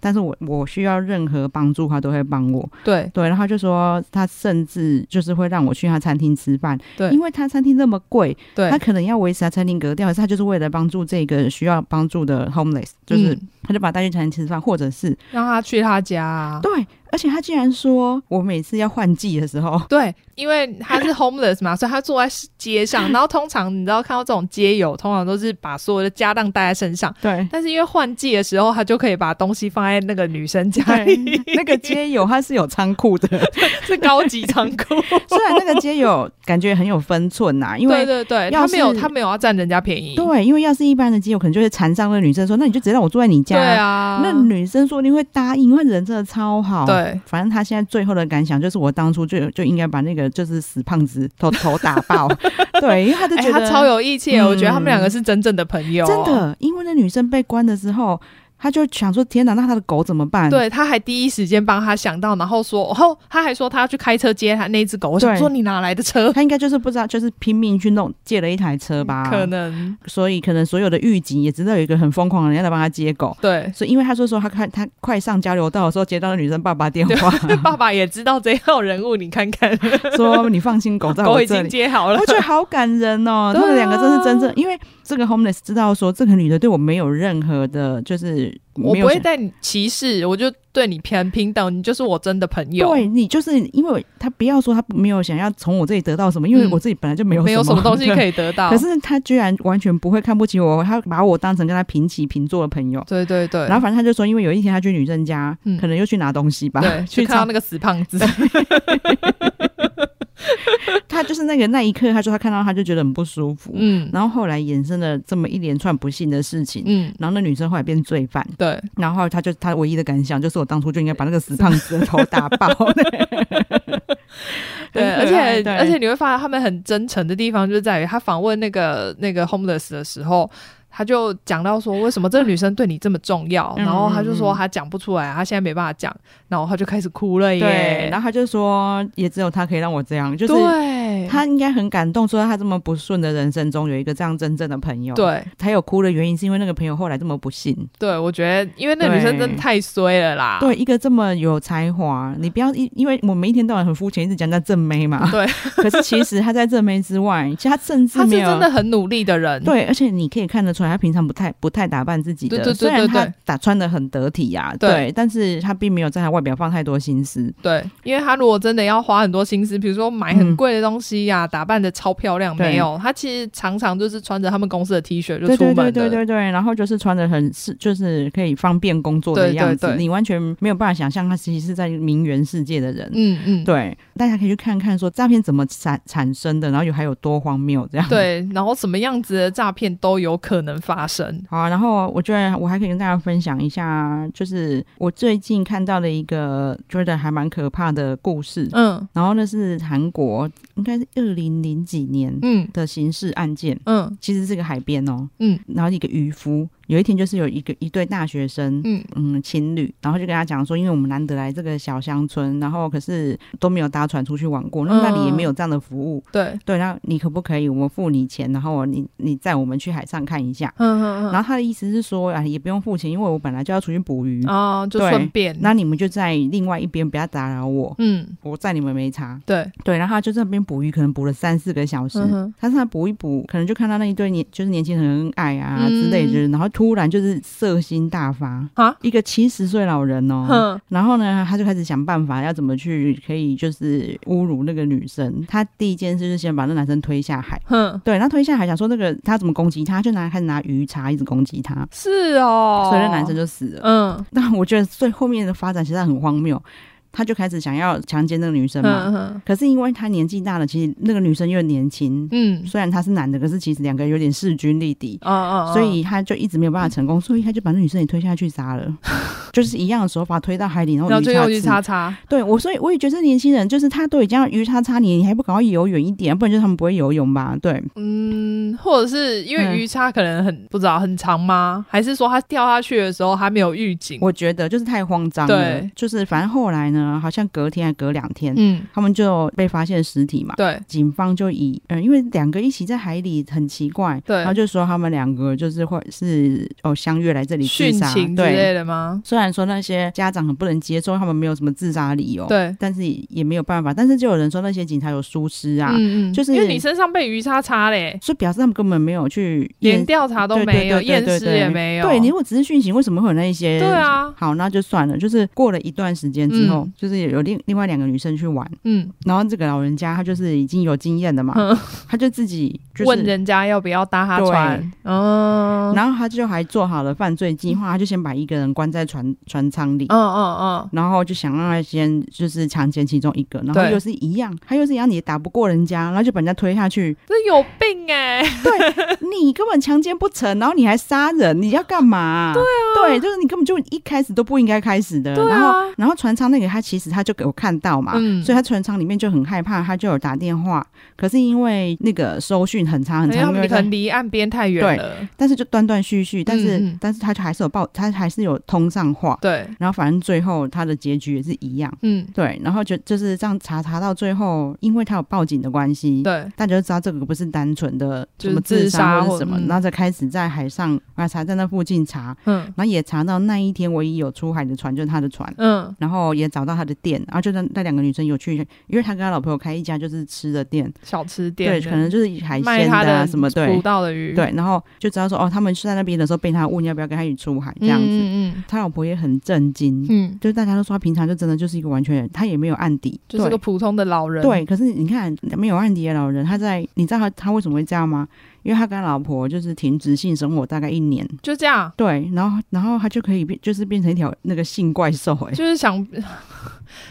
Speaker 2: 但是我我需要任何帮助，他都会帮我，
Speaker 1: 对
Speaker 2: 对，然后他就说他甚至就是会让我去他餐厅吃饭，
Speaker 1: 对
Speaker 2: 因为他餐厅那么贵，
Speaker 1: 对
Speaker 2: 他可能要维持他餐厅格调，可是他就是为了帮助这个需要帮助的 homeless，就是、
Speaker 1: 嗯
Speaker 2: 他就把他带去餐厅吃饭，或者是
Speaker 1: 让他去他家啊。
Speaker 2: 对，而且他竟然说我每次要换季的
Speaker 1: [laughs]
Speaker 2: 时候，
Speaker 1: 对，因为他是 homeless 嘛，所以他坐在街上。然后通常你知道看到这种街友，通常都是把所有的家当带在身上，
Speaker 2: 对， [laughs]
Speaker 1: [laughs] 但是因为换季的时候，他就可以把东西放在那个女生家里，
Speaker 2: 对，那个街友他是有仓库的，
Speaker 1: [laughs] 是高级仓 [laughs] 库。
Speaker 2: 虽然那个街友感觉很有分寸呐、因
Speaker 1: 对
Speaker 2: 为
Speaker 1: 对对，他
Speaker 2: 要是
Speaker 1: 没有他没有要占啊人家便宜。
Speaker 2: 对，因为要是一般的街友，可能就会缠上那个女生说，那你就直接让我住在你家。
Speaker 1: 对啊，
Speaker 2: 那女生说你会答应，因为人真的超好。。
Speaker 1: 对
Speaker 2: 反正他现在最后的感想就是，我当初就就应该把那个就是死胖子头头打
Speaker 1: [laughs]
Speaker 2: 爆，对，因为他就
Speaker 1: 哎、
Speaker 2: 觉得、
Speaker 1: 他超有啊义气耶，
Speaker 2: 嗯
Speaker 1: 我觉得他们两个是嗯真正的朋友，
Speaker 2: 真。的，因为那女生被关的时候，他就想说，天哪，那他的狗怎么办？
Speaker 1: 对，他还第一时间帮他想到，然后说，然、后他还说他要去开车接他那只狗。我想
Speaker 2: 对
Speaker 1: 说你哪来的 [laughs] 车？
Speaker 2: 他应该就是不知道，就是拼命去弄借了一台车吧，
Speaker 1: 嗯可能
Speaker 2: 所以可能所有的狱警也知道有一个很疯狂的人要来帮他接
Speaker 1: [laughs]
Speaker 2: 狗，，
Speaker 1: 对
Speaker 2: 所以因为他说说他快他快上交流道的时候接到那女生爸爸电
Speaker 1: [laughs]
Speaker 2: 话，
Speaker 1: 爸爸也知道这号人物，你看 [laughs] 看，
Speaker 2: 说你放心，狗在
Speaker 1: 狗
Speaker 2: 我
Speaker 1: 已
Speaker 2: 这
Speaker 1: 经
Speaker 2: 里。
Speaker 1: 接好了
Speaker 2: 我。觉得好感人哦，
Speaker 1: [laughs] 对啊
Speaker 2: 他们两个真是真正，因为这个 homeless 知道说这个女的对我没有任何的，就是
Speaker 1: 我
Speaker 2: 没
Speaker 1: 不
Speaker 2: 有
Speaker 1: 会
Speaker 2: 想。
Speaker 1: 对你歧视，我就对你偏平等，你就是我真的朋友。
Speaker 2: 对你就是因为他不要说他没有想要从我这里得到什么，因为
Speaker 1: 嗯
Speaker 2: 我自己本来就没有
Speaker 1: 没有什么东西可
Speaker 2: 以。
Speaker 1: 以得到。
Speaker 2: [laughs] 可是他居然完全不会看不起我，他把我当成跟他平起平坐的朋友。
Speaker 1: 对对对，
Speaker 2: 然后反正他就说，因为有一天他去女生家，
Speaker 1: 嗯
Speaker 2: 可能又去拿东西吧，
Speaker 1: 对，去
Speaker 2: 去
Speaker 1: 看到
Speaker 2: 超
Speaker 1: 那个死胖子，
Speaker 2: 他就是那个那一刻，他说他看到他就觉得很不舒服，
Speaker 1: [laughs] 嗯
Speaker 2: 然后后来衍生了这么一连串不幸的事情。
Speaker 1: 嗯，
Speaker 2: 然后那女生后来变罪犯，
Speaker 1: 对，
Speaker 2: 然后他就他唯一的感想就是我当初就应该把那个死胖子的头打
Speaker 1: [laughs]
Speaker 2: 爆。
Speaker 1: 对，而
Speaker 2: 对
Speaker 1: 且
Speaker 2: 对
Speaker 1: 而且你会发现他们很真诚的地方，就在于他访问那个那个 homeless 的时候。他就讲到说，为什么这个女生对你这么重要？
Speaker 2: 嗯
Speaker 1: 然后他就说他讲不出来，他现在没办法讲，然后他就开始哭了耶。
Speaker 2: 对，然后他就说也只有他可以让我这样，就是
Speaker 1: 对对，
Speaker 2: 他应该很感动，说他这么不顺的人生中有一个这样真正的朋友。，
Speaker 1: 对
Speaker 2: 他有哭的原因是因为那个朋友后来这么不幸。
Speaker 1: 对，我觉得因为那女生真的太衰了啦，
Speaker 2: 对，一个这么有才华，你不要一，因为我们一天到晚很肤浅，一直讲他正妹嘛。 [laughs]
Speaker 1: 对。
Speaker 2: 可是其实他在正妹之外，其实他甚至
Speaker 1: 她是
Speaker 2: 没有
Speaker 1: 真的很努力的人，
Speaker 2: 对，而且你可以看得出来，他平常不太不太打扮自己的，
Speaker 1: 对对对
Speaker 2: 虽然
Speaker 1: 对
Speaker 2: 他
Speaker 1: 对
Speaker 2: 打穿的很得体呀、
Speaker 1: 对
Speaker 2: 对，但是他并没有在他外表放太多心思。
Speaker 1: 对，因为她如果真的要花很多心思，比如说买很贵的东西呀、打扮的超漂亮，
Speaker 2: 嗯对
Speaker 1: 没有，她其实常常就是穿着他们公司的 T 恤就
Speaker 2: 对
Speaker 1: 出
Speaker 2: 对
Speaker 1: 门
Speaker 2: 对
Speaker 1: 的，
Speaker 2: 对对对，然后就是穿的很是，就是可以方便工作的
Speaker 1: 对对
Speaker 2: 样子，
Speaker 1: 对
Speaker 2: 你完全没有办法想象他其实是在名媛世界的人。
Speaker 1: 嗯嗯，
Speaker 2: 对，大家可以去看看说诈骗怎么产产生的，然后有还有多荒谬这样。，
Speaker 1: 对，然后什么样子的诈骗都有可能发生。
Speaker 2: [laughs] 好、啊，然后我觉得我还可以跟大家分享一下，就是我最近看到的一个觉得还蛮可怕的故事。
Speaker 1: 嗯
Speaker 2: 然后那是韩国，应该是二零零几年
Speaker 1: 嗯
Speaker 2: 的刑事案件，
Speaker 1: 嗯
Speaker 2: 其实是个海边哦。
Speaker 1: 嗯
Speaker 2: 然后一个渔夫，有一天就是有一个一对大学生，
Speaker 1: 嗯
Speaker 2: 嗯，情侣，然后就跟他讲说，因为我们难得来这个小乡村，然后可是都没有搭船出去玩过，那
Speaker 1: 嗯
Speaker 2: 那里也没有这样的服务，
Speaker 1: 对，
Speaker 2: 对，那你可不可以我们付你钱，然后你你载我们去海上看一下？
Speaker 1: 嗯嗯
Speaker 2: 然后他的意思是说啊，也不用付钱，因为我本来就要出去捕鱼
Speaker 1: 嗯，，啊，就
Speaker 2: 对
Speaker 1: 顺便，
Speaker 2: 那你们就在另外一边，不要打扰我，
Speaker 1: 嗯
Speaker 2: 我载你们没差。
Speaker 1: 对，
Speaker 2: 对，然后他就在那边捕鱼，可能捕了三四个小时。
Speaker 1: 嗯哼
Speaker 2: 但是他补一补，可能就看到那一对年就是年轻人很恩爱啊
Speaker 1: 嗯
Speaker 2: 之类的，然后突然就是色心大发
Speaker 1: 啊
Speaker 2: 一个七十岁老人哦。
Speaker 1: 哼
Speaker 2: 然后呢，他就开始想办法要怎么去可以就是侮辱那个女生。他第一件事就是先把那男生推下海，
Speaker 1: 哼，
Speaker 2: 对，然后推下海想说那个他怎么攻击他，就拿开始拿鱼叉一直攻击他，
Speaker 1: 是哦，
Speaker 2: 所以那男生就死了。 [laughs]
Speaker 1: 嗯
Speaker 2: 但我觉得最后面的发展实在很荒谬，他就开始想要强奸那个女生嘛，
Speaker 1: 嗯嗯
Speaker 2: 可是因为他年纪大了，其实那个女生又年轻，
Speaker 1: 嗯
Speaker 2: 虽然他是男的，可是其实两个人有点势均力敌，
Speaker 1: 啊啊，
Speaker 2: 所以他就一直没有办法成功，所以他就把那女生也推下去杀
Speaker 1: [laughs]
Speaker 2: 了，就是一样的手法推到海里，然后
Speaker 1: 然后就用
Speaker 2: 鱼
Speaker 1: 鱼
Speaker 2: 叉
Speaker 1: 叉
Speaker 2: 刺。
Speaker 1: 叉，
Speaker 2: 对我，所以我也觉得这年轻人就是他都已经要鱼叉叉你，你还不赶快游远一点，不然就是他们不会游泳吧？对，
Speaker 1: 嗯，或者是因为
Speaker 2: 嗯
Speaker 1: 鱼叉可能很不知道很长吗？还是说他掉下去的时候他没有预警？
Speaker 2: 我觉得就是太慌张了
Speaker 1: 对。
Speaker 2: 就是反正后来呢，好像隔天还隔两天，
Speaker 1: 嗯，
Speaker 2: 他们就被发现尸体嘛。
Speaker 1: 对
Speaker 2: 警方就以嗯、因为两个一起在海里很奇怪，
Speaker 1: 对
Speaker 2: 然后就说他们两个就是会是哦相约来这里自
Speaker 1: 殉
Speaker 2: 杀，
Speaker 1: 情之类
Speaker 2: 对。
Speaker 1: 的吗？
Speaker 2: 虽然说那些家长很不能接受，他们没有什么自杀理由，，
Speaker 1: 对，
Speaker 2: 但是也也没有办法。但是就有人说那些警察有疏失啊，
Speaker 1: 嗯嗯，
Speaker 2: 就是
Speaker 1: 因为你身上被鱼叉叉嘞，
Speaker 2: 所以表示他们根本没有去
Speaker 1: 连
Speaker 2: 验
Speaker 1: 调查都
Speaker 2: 对对
Speaker 1: 没有，
Speaker 2: 对对
Speaker 1: 验
Speaker 2: 对
Speaker 1: 尸
Speaker 2: 对
Speaker 1: 也没有。
Speaker 2: 对，你如果只是讯息，为什么会有那一些？
Speaker 1: 对啊，
Speaker 2: 好，那就算了。就是过了一段时间之后，
Speaker 1: 嗯
Speaker 2: 就是有有另另外两个女生去玩，
Speaker 1: 嗯，
Speaker 2: 然后这个老人家他就是已经有经验的嘛，
Speaker 1: 嗯
Speaker 2: 他就自己就是
Speaker 1: 问人家要不要搭他
Speaker 2: 对
Speaker 1: 船，嗯，
Speaker 2: 然后他就还做好了犯罪计划，他就先把一个人关在船船舱里，
Speaker 1: 嗯嗯
Speaker 2: 然后就想让他先就是强奸其中一个，然后
Speaker 1: 对
Speaker 2: 又是一样，他又是一样，你也打不过人家，然后就把人家推下去， [laughs]
Speaker 1: 嗯，这有病哎、
Speaker 2: 你根本强奸不成，然后你还杀人，你要干嘛、对啊，对，就是你根本就一开始都不应该开始的。
Speaker 1: 对啊
Speaker 2: 然后，然后船舱那个他其实他就给我看到嘛，
Speaker 1: 嗯
Speaker 2: 所以他船舱里面就很害怕，他就有打电话，可是因为那个收讯很差很
Speaker 1: 因为
Speaker 2: 差，
Speaker 1: 哎他
Speaker 2: 因
Speaker 1: 们
Speaker 2: 为
Speaker 1: 可
Speaker 2: 他
Speaker 1: 能离岸边太远
Speaker 2: 对
Speaker 1: 了，
Speaker 2: 但是就断断续续，但是、
Speaker 1: 嗯嗯
Speaker 2: 但是他就还是有报，他还是有通上话，
Speaker 1: 对，
Speaker 2: 然后反正最后他的结局也是一样，
Speaker 1: 嗯，
Speaker 2: 对，然后就就是这样查查到最后，因为他有报警的关系，
Speaker 1: 对，
Speaker 2: 大家就知道这个不是单纯的
Speaker 1: 就
Speaker 2: 什
Speaker 1: 是
Speaker 2: 么
Speaker 1: 自
Speaker 2: 自
Speaker 1: 杀
Speaker 2: 杀
Speaker 1: 或
Speaker 2: 或者什么
Speaker 1: 嗯，
Speaker 2: 然后再开始在海上啊查在那附近查，
Speaker 1: 嗯
Speaker 2: 然后也查到那一天唯一有出海的船就是他的船。
Speaker 1: 嗯
Speaker 2: 然后也找到他的店，然后就那那两个女生有去，因为他跟他老婆有开一家就是吃的店，
Speaker 1: 小吃店
Speaker 2: 对，可能就是海
Speaker 1: 卖
Speaker 2: 鲜
Speaker 1: 他
Speaker 2: 的、啊、
Speaker 1: 的
Speaker 2: 什么对
Speaker 1: 捕到的鱼，
Speaker 2: 对，然后就知道说哦，他们是在那边的时候被他问要不要跟他一起出海这样子，
Speaker 1: 嗯嗯
Speaker 2: 他老婆也很震惊，
Speaker 1: 嗯嗯，
Speaker 2: 就是大家都说他平常就真的就是一个完全人，他也没有案底，
Speaker 1: 就是个
Speaker 2: 对
Speaker 1: 普通的老人，
Speaker 2: 对。可是你看没有案底的老人，他在你知道他他为什么会这样吗？因为他跟他老婆就是停止性生活大概一年，
Speaker 1: 就这样，
Speaker 2: 对，然后然后他就可以变，就是变成一条那个性怪兽哎、
Speaker 1: 就是想， [laughs]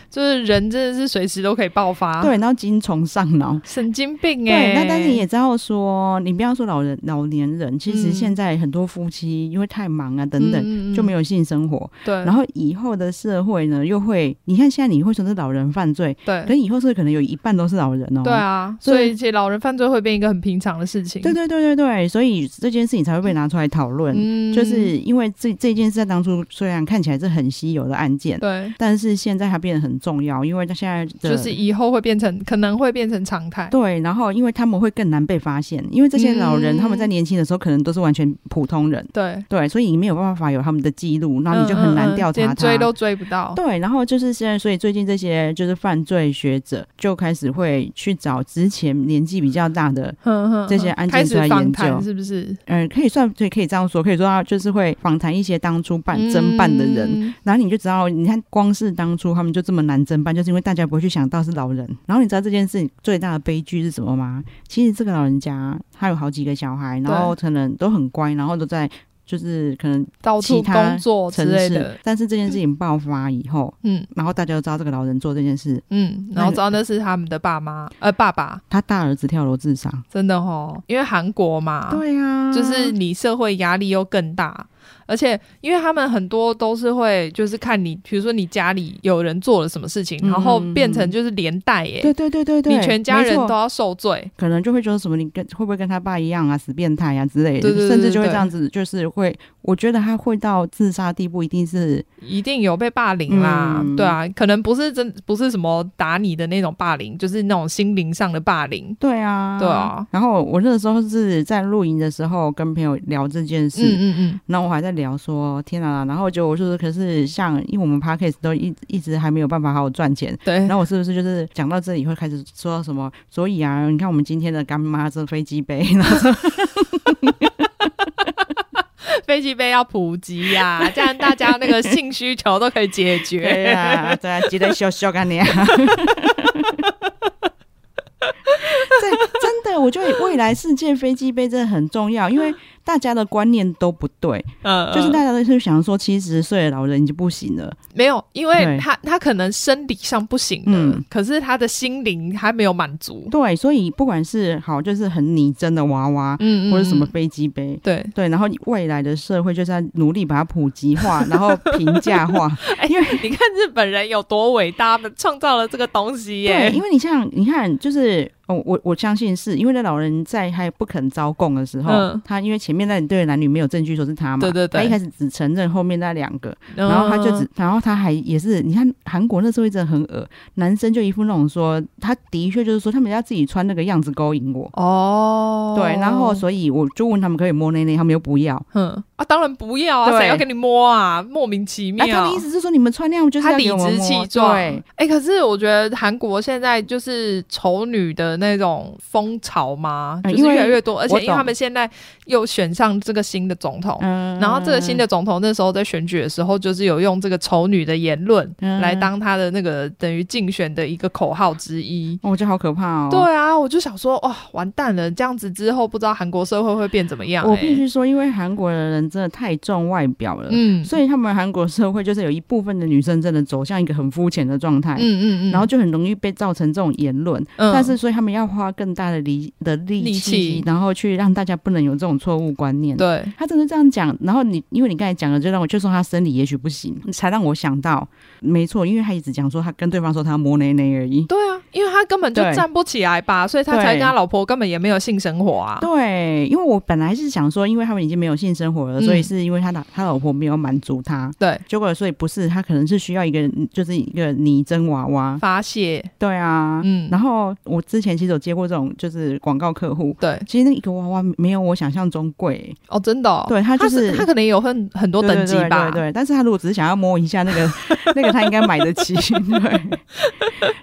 Speaker 1: 就是人真的是随时都可以爆发，，
Speaker 2: 对，然后精虫上
Speaker 1: [laughs]
Speaker 2: 脑。
Speaker 1: 神经病哎、
Speaker 2: 对，那但是你也知道说，你不要说老人、老年人，其实
Speaker 1: 嗯
Speaker 2: 现在很多夫妻因为太忙啊等等，
Speaker 1: 等
Speaker 2: 就没
Speaker 1: 有
Speaker 2: 有性生活。
Speaker 1: 嗯对，
Speaker 2: 然后以后的社会呢，又会你看现在你会说是老人犯罪，可
Speaker 1: 对
Speaker 2: 是以后是可能有一半都是老人哦。
Speaker 1: 对啊，
Speaker 2: 所以
Speaker 1: 所以其实老人犯罪会变一个很平常的事情，
Speaker 2: 对对对对对，所以这件事情才会被拿出来讨论，
Speaker 1: 嗯
Speaker 2: 就是因为这这件事在当初虽然看起来是很稀有的案件，
Speaker 1: 对
Speaker 2: 但是现在它变变得很重要，因为他现在的
Speaker 1: 就是以后会变成，可能会变成常态。
Speaker 2: 对，然后因为他们会更难被发现，因为这些老人、他们在
Speaker 1: 嗯
Speaker 2: 年轻的时候可能都是完全普通人，
Speaker 1: 对，
Speaker 2: 对，所以你没有办法有他们的记录，然后你就很
Speaker 1: 嗯嗯
Speaker 2: 难
Speaker 1: 嗯
Speaker 2: 调查
Speaker 1: 连
Speaker 2: 他。
Speaker 1: 追都追不到。
Speaker 2: 对，然后就是现在，所以最近这些就是犯罪学者就开始会去找之前年纪比较大的，
Speaker 1: 哼哼，
Speaker 2: 这些
Speaker 1: 哼
Speaker 2: 案件
Speaker 1: 开
Speaker 2: 出来
Speaker 1: 始
Speaker 2: 研
Speaker 1: 访
Speaker 2: 究
Speaker 1: 谈是不是？
Speaker 2: 呃，可以算对，可以这样说，可以说他就是会访谈一些当初办侦办的人，
Speaker 1: 嗯，
Speaker 2: 然后你就知道，你看光是当初他们就这么难侦办，就是因为大家不会去想到是老人。然后你知道这件事最大的悲剧是什么吗？其实这个老人家他有好几个小孩，然后可能都很乖，然后都在就是可能
Speaker 1: 到处
Speaker 2: 其他
Speaker 1: 工作之
Speaker 2: 城
Speaker 1: 类
Speaker 2: 市
Speaker 1: 的，，
Speaker 2: 但是这件事情爆发以后，
Speaker 1: 嗯
Speaker 2: 然后大家都知道这个老人做这件事，
Speaker 1: 嗯，然后知道那是他们的爸妈，呃，爸爸，
Speaker 2: 他大儿子跳楼自杀。
Speaker 1: 真的哦，因为韩国嘛，
Speaker 2: 对啊呀、
Speaker 1: 啊就是你社会压力又更大，而且因为他们很多都是会就是看你，比如说你家里有人做了什么事情，
Speaker 2: 嗯
Speaker 1: 然后变成就是连带耶、
Speaker 2: 对对对对对，
Speaker 1: 你全家
Speaker 2: 没
Speaker 1: 人
Speaker 2: 错
Speaker 1: 都要受罪，
Speaker 2: 可能就会觉得什么你跟会不会跟他爸一样啊，死变态啊之类的，
Speaker 1: 对对对
Speaker 2: 甚至就会
Speaker 1: 对对
Speaker 2: 这样子，就是会，我觉得他会到自杀地步，一定是
Speaker 1: 一定有被霸凌啦，
Speaker 2: 嗯
Speaker 1: 对啊，可能不是真不是什么打你的那种霸凌，就是那种心灵上的霸凌，
Speaker 2: 对啊，
Speaker 1: 对啊。
Speaker 2: 然后我那时候是在露营的时候跟朋友聊这件
Speaker 1: 嗯
Speaker 2: 事，
Speaker 1: 嗯嗯，
Speaker 2: 然后我还在聊说天啊，然后就我就说，可是像因为我们 podcast 都一一直还没有办法好好赚钱，
Speaker 1: 对
Speaker 2: 然，后我是不是就是讲到这里会开始说什么？所以啊，你看我们今天的干妈这飞机杯， [laughs] 然后
Speaker 1: 飞机杯要普及呀、
Speaker 2: [laughs]
Speaker 1: 这样大家那个性需求都可以解决。
Speaker 2: 对啊，对啊，记得笑笑干你啊。 [laughs] 对，真的，我觉得未来世界飞机杯真的很重要，因为大家的观念都不对，
Speaker 1: 嗯，
Speaker 2: 就是
Speaker 1: 嗯
Speaker 2: 大家都是想说七十岁的老人已经不行了，
Speaker 1: 没有，因为
Speaker 2: 对
Speaker 1: 他他可能生理上不行了，
Speaker 2: 嗯
Speaker 1: 可是他的心灵还没有满足，
Speaker 2: 对，所以不管是好就是很拟真的娃娃，
Speaker 1: 嗯
Speaker 2: 或者什么
Speaker 1: 嗯
Speaker 2: 飞机杯。
Speaker 1: 对，
Speaker 2: 对，然后未来的社会就是要努力把它普及化，然后平价化。
Speaker 1: 因为你看日本人有多伟大，他们创造了这个东西 [laughs] 耶
Speaker 2: 对，，因为你像你看，就是哦，我我相信是因为那老人在还不肯招供的时候，
Speaker 1: 嗯
Speaker 2: 他因为前面那对男女没有证据说是他嘛，
Speaker 1: 对对对
Speaker 2: 他一开始只承认后面那两个，
Speaker 1: 嗯
Speaker 2: 然后他就只，然后他还也是，你看韩国那时候一直很恶，男生就一副那种说，他的确就是说他们要自己穿那个样子勾引我，
Speaker 1: 哦，
Speaker 2: 对，然后所以我就问他们可以摸内内，他们又不要。
Speaker 1: 嗯啊，当然不要啊，
Speaker 2: 对
Speaker 1: 谁要跟你摸啊，莫名其妙。
Speaker 2: 那、哎他的意思是说，你们穿那样就是
Speaker 1: 他
Speaker 2: 要
Speaker 1: 理
Speaker 2: 给我们
Speaker 1: 直
Speaker 2: 摸
Speaker 1: 气壮，
Speaker 2: 对
Speaker 1: 哎、可是我觉得韩国现在就是丑女的那种风潮嘛，
Speaker 2: 嗯
Speaker 1: 就是
Speaker 2: 因为
Speaker 1: 越来越多，而且
Speaker 2: 我
Speaker 1: 因为他
Speaker 2: 懂
Speaker 1: 们现在又选上这个新的总统，
Speaker 2: 嗯
Speaker 1: 哦然后这个新的总统那时候在选举的时候，就是有用这个丑女的言论
Speaker 2: 嗯
Speaker 1: 来当他的那个等于竞选的一个口号之一。
Speaker 2: 哦我觉得好可怕哦。
Speaker 1: 对啊，我就想说，哇，完蛋了！这样子之后，不知道韩国社会会变怎么样、欸。
Speaker 2: 我必须说，因为韩国的人真的太重外表了，
Speaker 1: 嗯，
Speaker 2: 所以他们韩国社会就是有一部分的女生真的走向一个很肤浅的状态。
Speaker 1: 嗯嗯嗯，
Speaker 2: 然后就很容易被造成这种言论，
Speaker 1: 嗯
Speaker 2: 但是所以他们要花更大的力的力
Speaker 1: 力
Speaker 2: 气，
Speaker 1: 气
Speaker 2: 然后去让大家不能有这种错误观念。
Speaker 1: 对，
Speaker 2: 他真的这样讲，然后你因为你刚才讲的，就让我就说他生理也许不行，
Speaker 1: 嗯
Speaker 2: 才让我想到，没错，因为他一直讲说他跟对方说他要摸内内
Speaker 1: [laughs]
Speaker 2: 而已。
Speaker 1: 对啊，因为他根本就
Speaker 2: 对
Speaker 1: 站不起来吧，所以他才跟他老婆根本也没有性生活啊。
Speaker 2: 对，因为我本来是想说，因为他们已经没有性生活了，
Speaker 1: 嗯
Speaker 2: 所以是因为他老他老婆没有满足他，
Speaker 1: 对，
Speaker 2: 结果所以不是他可能是需要一个就是一个拟真娃娃。
Speaker 1: 发泄，
Speaker 2: 对啊，
Speaker 1: 嗯，
Speaker 2: 然后我之前其实有接过这种就是广告客户，
Speaker 1: 对，
Speaker 2: 其实那一个娃娃没有我想象中贵，
Speaker 1: 哦，真的、哦，
Speaker 2: 对他就
Speaker 1: 他
Speaker 2: 是
Speaker 1: 他可能有很很多等级吧，
Speaker 2: 对对对对对但是他如果只是想要摸一下那个 [laughs] 那个，他应该买得起。 [laughs] 对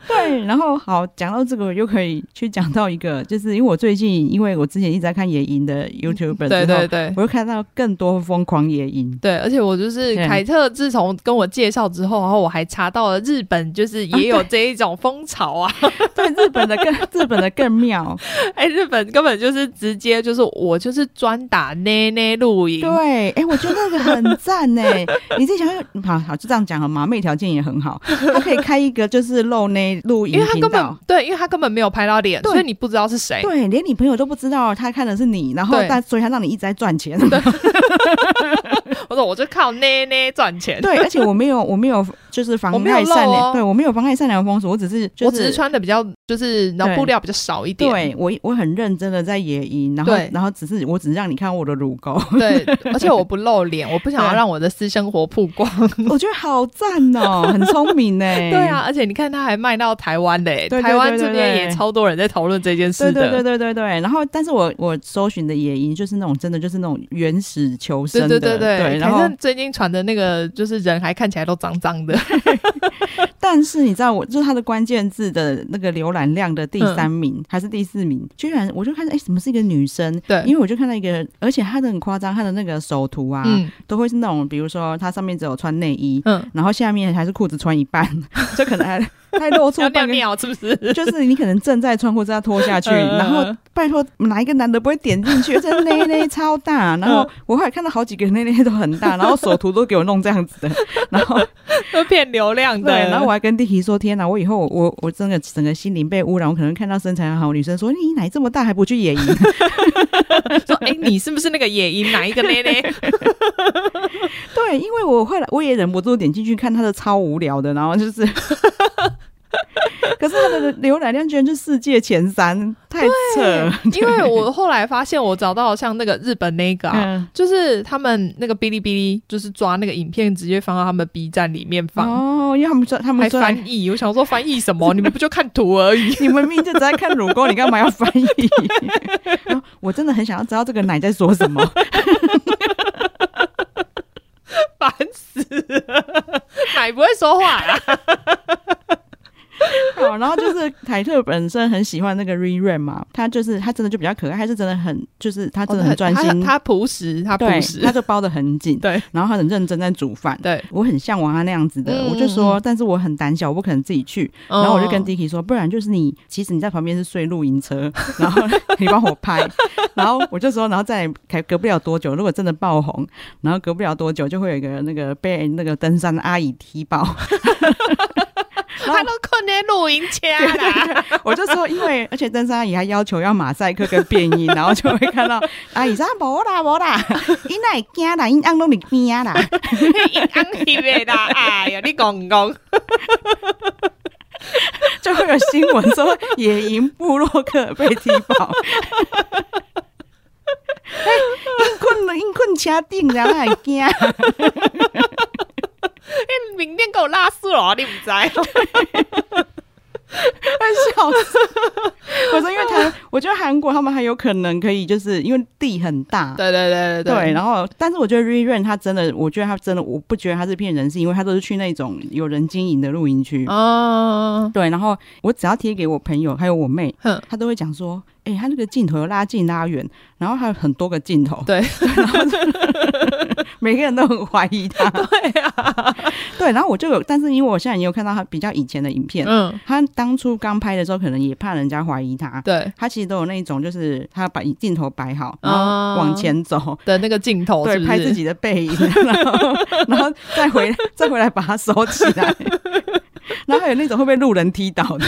Speaker 2: 对，然后好，讲到这个，我又可以去讲到一个，就是因为我最近，因为我之前一直在看野营
Speaker 1: [laughs]
Speaker 2: 的 YouTuber，
Speaker 1: 对
Speaker 2: 之后
Speaker 1: 对对
Speaker 2: 我又看到更多疯狂野营。 [laughs]
Speaker 1: 对，而且我就是
Speaker 2: 对
Speaker 1: 凯特，自从跟我介绍之后，然后我还查到了日本，就是也有这一种风潮啊。
Speaker 2: [laughs] 对日本的更日本的更
Speaker 1: [laughs]
Speaker 2: 妙，
Speaker 1: 哎、日本根本就是直接就是我就是专打内内露营，
Speaker 2: 对，哎、我觉得那个很赞呢。 [laughs] 你自己想想，好好就这样讲好吗？妹条件也很好，他可以开一个就是露内露营
Speaker 1: 因为他
Speaker 2: 频
Speaker 1: 根本
Speaker 2: 道。
Speaker 1: 对，因为他根本没有拍到脸，
Speaker 2: 对
Speaker 1: 所以你不知道是谁。
Speaker 2: 对，连你朋友都不知道他看的是你，然后
Speaker 1: 哎对
Speaker 2: 但所以他让你一直在赚钱。
Speaker 1: 我说我就靠奶奶赚钱，
Speaker 2: [laughs] 对，而且我没有，我没有，就是
Speaker 1: 我
Speaker 2: 妨
Speaker 1: 没有
Speaker 2: 害
Speaker 1: 漏
Speaker 2: 善
Speaker 1: 哦
Speaker 2: 良，对我没有妨害善良风俗，我只是就是
Speaker 1: 我只是穿的比较就是然后
Speaker 2: 对
Speaker 1: 布料比较少一点，
Speaker 2: 对我我很认真的在野营，然后
Speaker 1: 对
Speaker 2: 然后只是我只是让你看我的乳
Speaker 1: [laughs]
Speaker 2: 沟，
Speaker 1: 对，而且我不露脸，我不想要
Speaker 2: 对
Speaker 1: 让我的私生活曝光。。
Speaker 2: 我觉得好赞哦，很聪明呢
Speaker 1: [laughs] 对啊，，而且你看他还卖到台湾嘞、
Speaker 2: 对对
Speaker 1: 台湾这
Speaker 2: 对
Speaker 1: 边
Speaker 2: 对
Speaker 1: 也超多人在讨论这件事
Speaker 2: 对
Speaker 1: 的。
Speaker 2: 对对对对对。然后，但是我我搜寻的野营就是那种真的就是那种原始求生
Speaker 1: 对
Speaker 2: 的，
Speaker 1: 对对
Speaker 2: 然
Speaker 1: 反
Speaker 2: 后
Speaker 1: 正最近传的那个就是人还看起来都脏脏的，
Speaker 2: 但是你知道我就是它的关键字的那个浏览量的第三名、还是第四名，居然我就看哎、怎么是一个女生？
Speaker 1: 对
Speaker 2: 因为我就看到一个，而且她的很夸张，她的那个手图啊，
Speaker 1: 嗯
Speaker 2: 都会是那种，比如说她上面只有穿内衣，
Speaker 1: 嗯，
Speaker 2: 然后下面还是裤子穿
Speaker 1: [laughs]
Speaker 2: 一半，就可能还还露出
Speaker 1: 要尿
Speaker 2: 半个。
Speaker 1: 尿是不是？
Speaker 2: 就是你可能正在穿或者要脱下去，
Speaker 1: 嗯
Speaker 2: 然后拜托哪一个男的不会点进去？这内内超大，然
Speaker 1: 嗯
Speaker 2: 后我后来看到好几个内内都很大，然后手图都给我弄这样子的， [laughs] 然后
Speaker 1: 都骗流量的。
Speaker 2: 对，然后我还跟弟弟说：“天哪，我以后我我我真的整个心灵被污染，我可能看到身材很好的女生说你奶这么大还不
Speaker 1: [laughs]
Speaker 2: 去野营，
Speaker 1: 说，哎、你是不是那个野营哪一个嘞嘞？
Speaker 2: 对，因为我后来我也忍不住点进去看她的超无聊的，然后就是。” [laughs] 可是她的浏览量居然是世界前三，太扯！
Speaker 1: [laughs] 因为我后来发现，我找到像那个日本那个、啊。
Speaker 2: 嗯
Speaker 1: 就是他们那个哔哩哔哩，就是抓那个影片，直接放到他们 B 站里面放，
Speaker 2: 哦，因为他们说他
Speaker 1: 嗯
Speaker 2: 们
Speaker 1: 还
Speaker 2: 说
Speaker 1: 翻译。我想说翻译什么？
Speaker 2: [laughs]
Speaker 1: 你们不就看图而已？ [laughs]
Speaker 2: 你们明明就只在看乳沟，你干嘛要翻译？ [laughs] 然后我真的很想要知道这个奶在说什么。
Speaker 1: 烦死了，奶不会说话啊啦。
Speaker 2: 好，然后就是凯特本身很喜欢那个 Re Ren 嘛，她就是她真的就比较可爱，她是真的很就是她真的很专心，
Speaker 1: 哦他他朴实，他朴
Speaker 2: 对，她
Speaker 1: 实，
Speaker 2: 就包的很紧，
Speaker 1: 对
Speaker 2: 然后她很认真在煮饭。
Speaker 1: 对。
Speaker 2: 我很向往她那样子的，
Speaker 1: 嗯哦
Speaker 2: 我就说，但是我很胆小，我不可能自己去。然后我就跟 Dicky 说，不然就是你，其实你在旁边是睡露营
Speaker 1: [laughs]
Speaker 2: 车，然后你帮我拍。然后我就说，然后再隔隔不了多久，如果真的爆红，然后隔不了多久就会有一个那个被那个登山的阿姨踢爆，
Speaker 1: 他都困在露营车啦，
Speaker 2: [laughs] 我就说，因为而且登山阿姨还要求要马赛克跟变音，然后就会看到啊阿姨说无啦无啦， [laughs] 因那惊啦，因按拢你边啊啦， [laughs]
Speaker 1: 安逸的啦，哎呀，你讲讲，
Speaker 2: 就会有新闻说野营部落客被踢爆。 [laughs] 哎因困了，因困车顶了，还惊。 [laughs]
Speaker 1: 你明天给我拉死了，你不知道？哦
Speaker 2: 快笑死！我说，因为他，我觉得韩国他们还有可能可以，就是因为地很大。
Speaker 1: 对对对对
Speaker 2: 对，然后但是我觉得 Re Ren 他真的，我觉得他真的，我不觉得他是骗人，是因为他都是去那种有人经营的露营区。
Speaker 1: 哦，
Speaker 2: 对，然后我只要贴给我朋友还有我妹，
Speaker 1: 哼，
Speaker 2: 她都会讲说，哎、她那个镜头有拉近拉远，然后还有很多个镜头，
Speaker 1: 对，
Speaker 2: [laughs] 然后
Speaker 1: [laughs]
Speaker 2: 每个人都很怀疑她。
Speaker 1: 对啊，
Speaker 2: 对，然后我就有，但是因为我现在也有看到她比较以前的影片，
Speaker 1: 嗯，
Speaker 2: 她当初刚拍的时候，可能也怕人家怀疑她，
Speaker 1: 对
Speaker 2: 他其实都有那一种，就是他把镜头摆好，
Speaker 1: 啊
Speaker 2: 然后往前走，
Speaker 1: 的那个镜头
Speaker 2: 对，
Speaker 1: 哦是不
Speaker 2: 拍自
Speaker 1: 是？
Speaker 2: 己的背影， [laughs] 然后然后再
Speaker 1: [laughs]
Speaker 2: 回再回来把它收起来。然后还有那种会被路人踢倒的，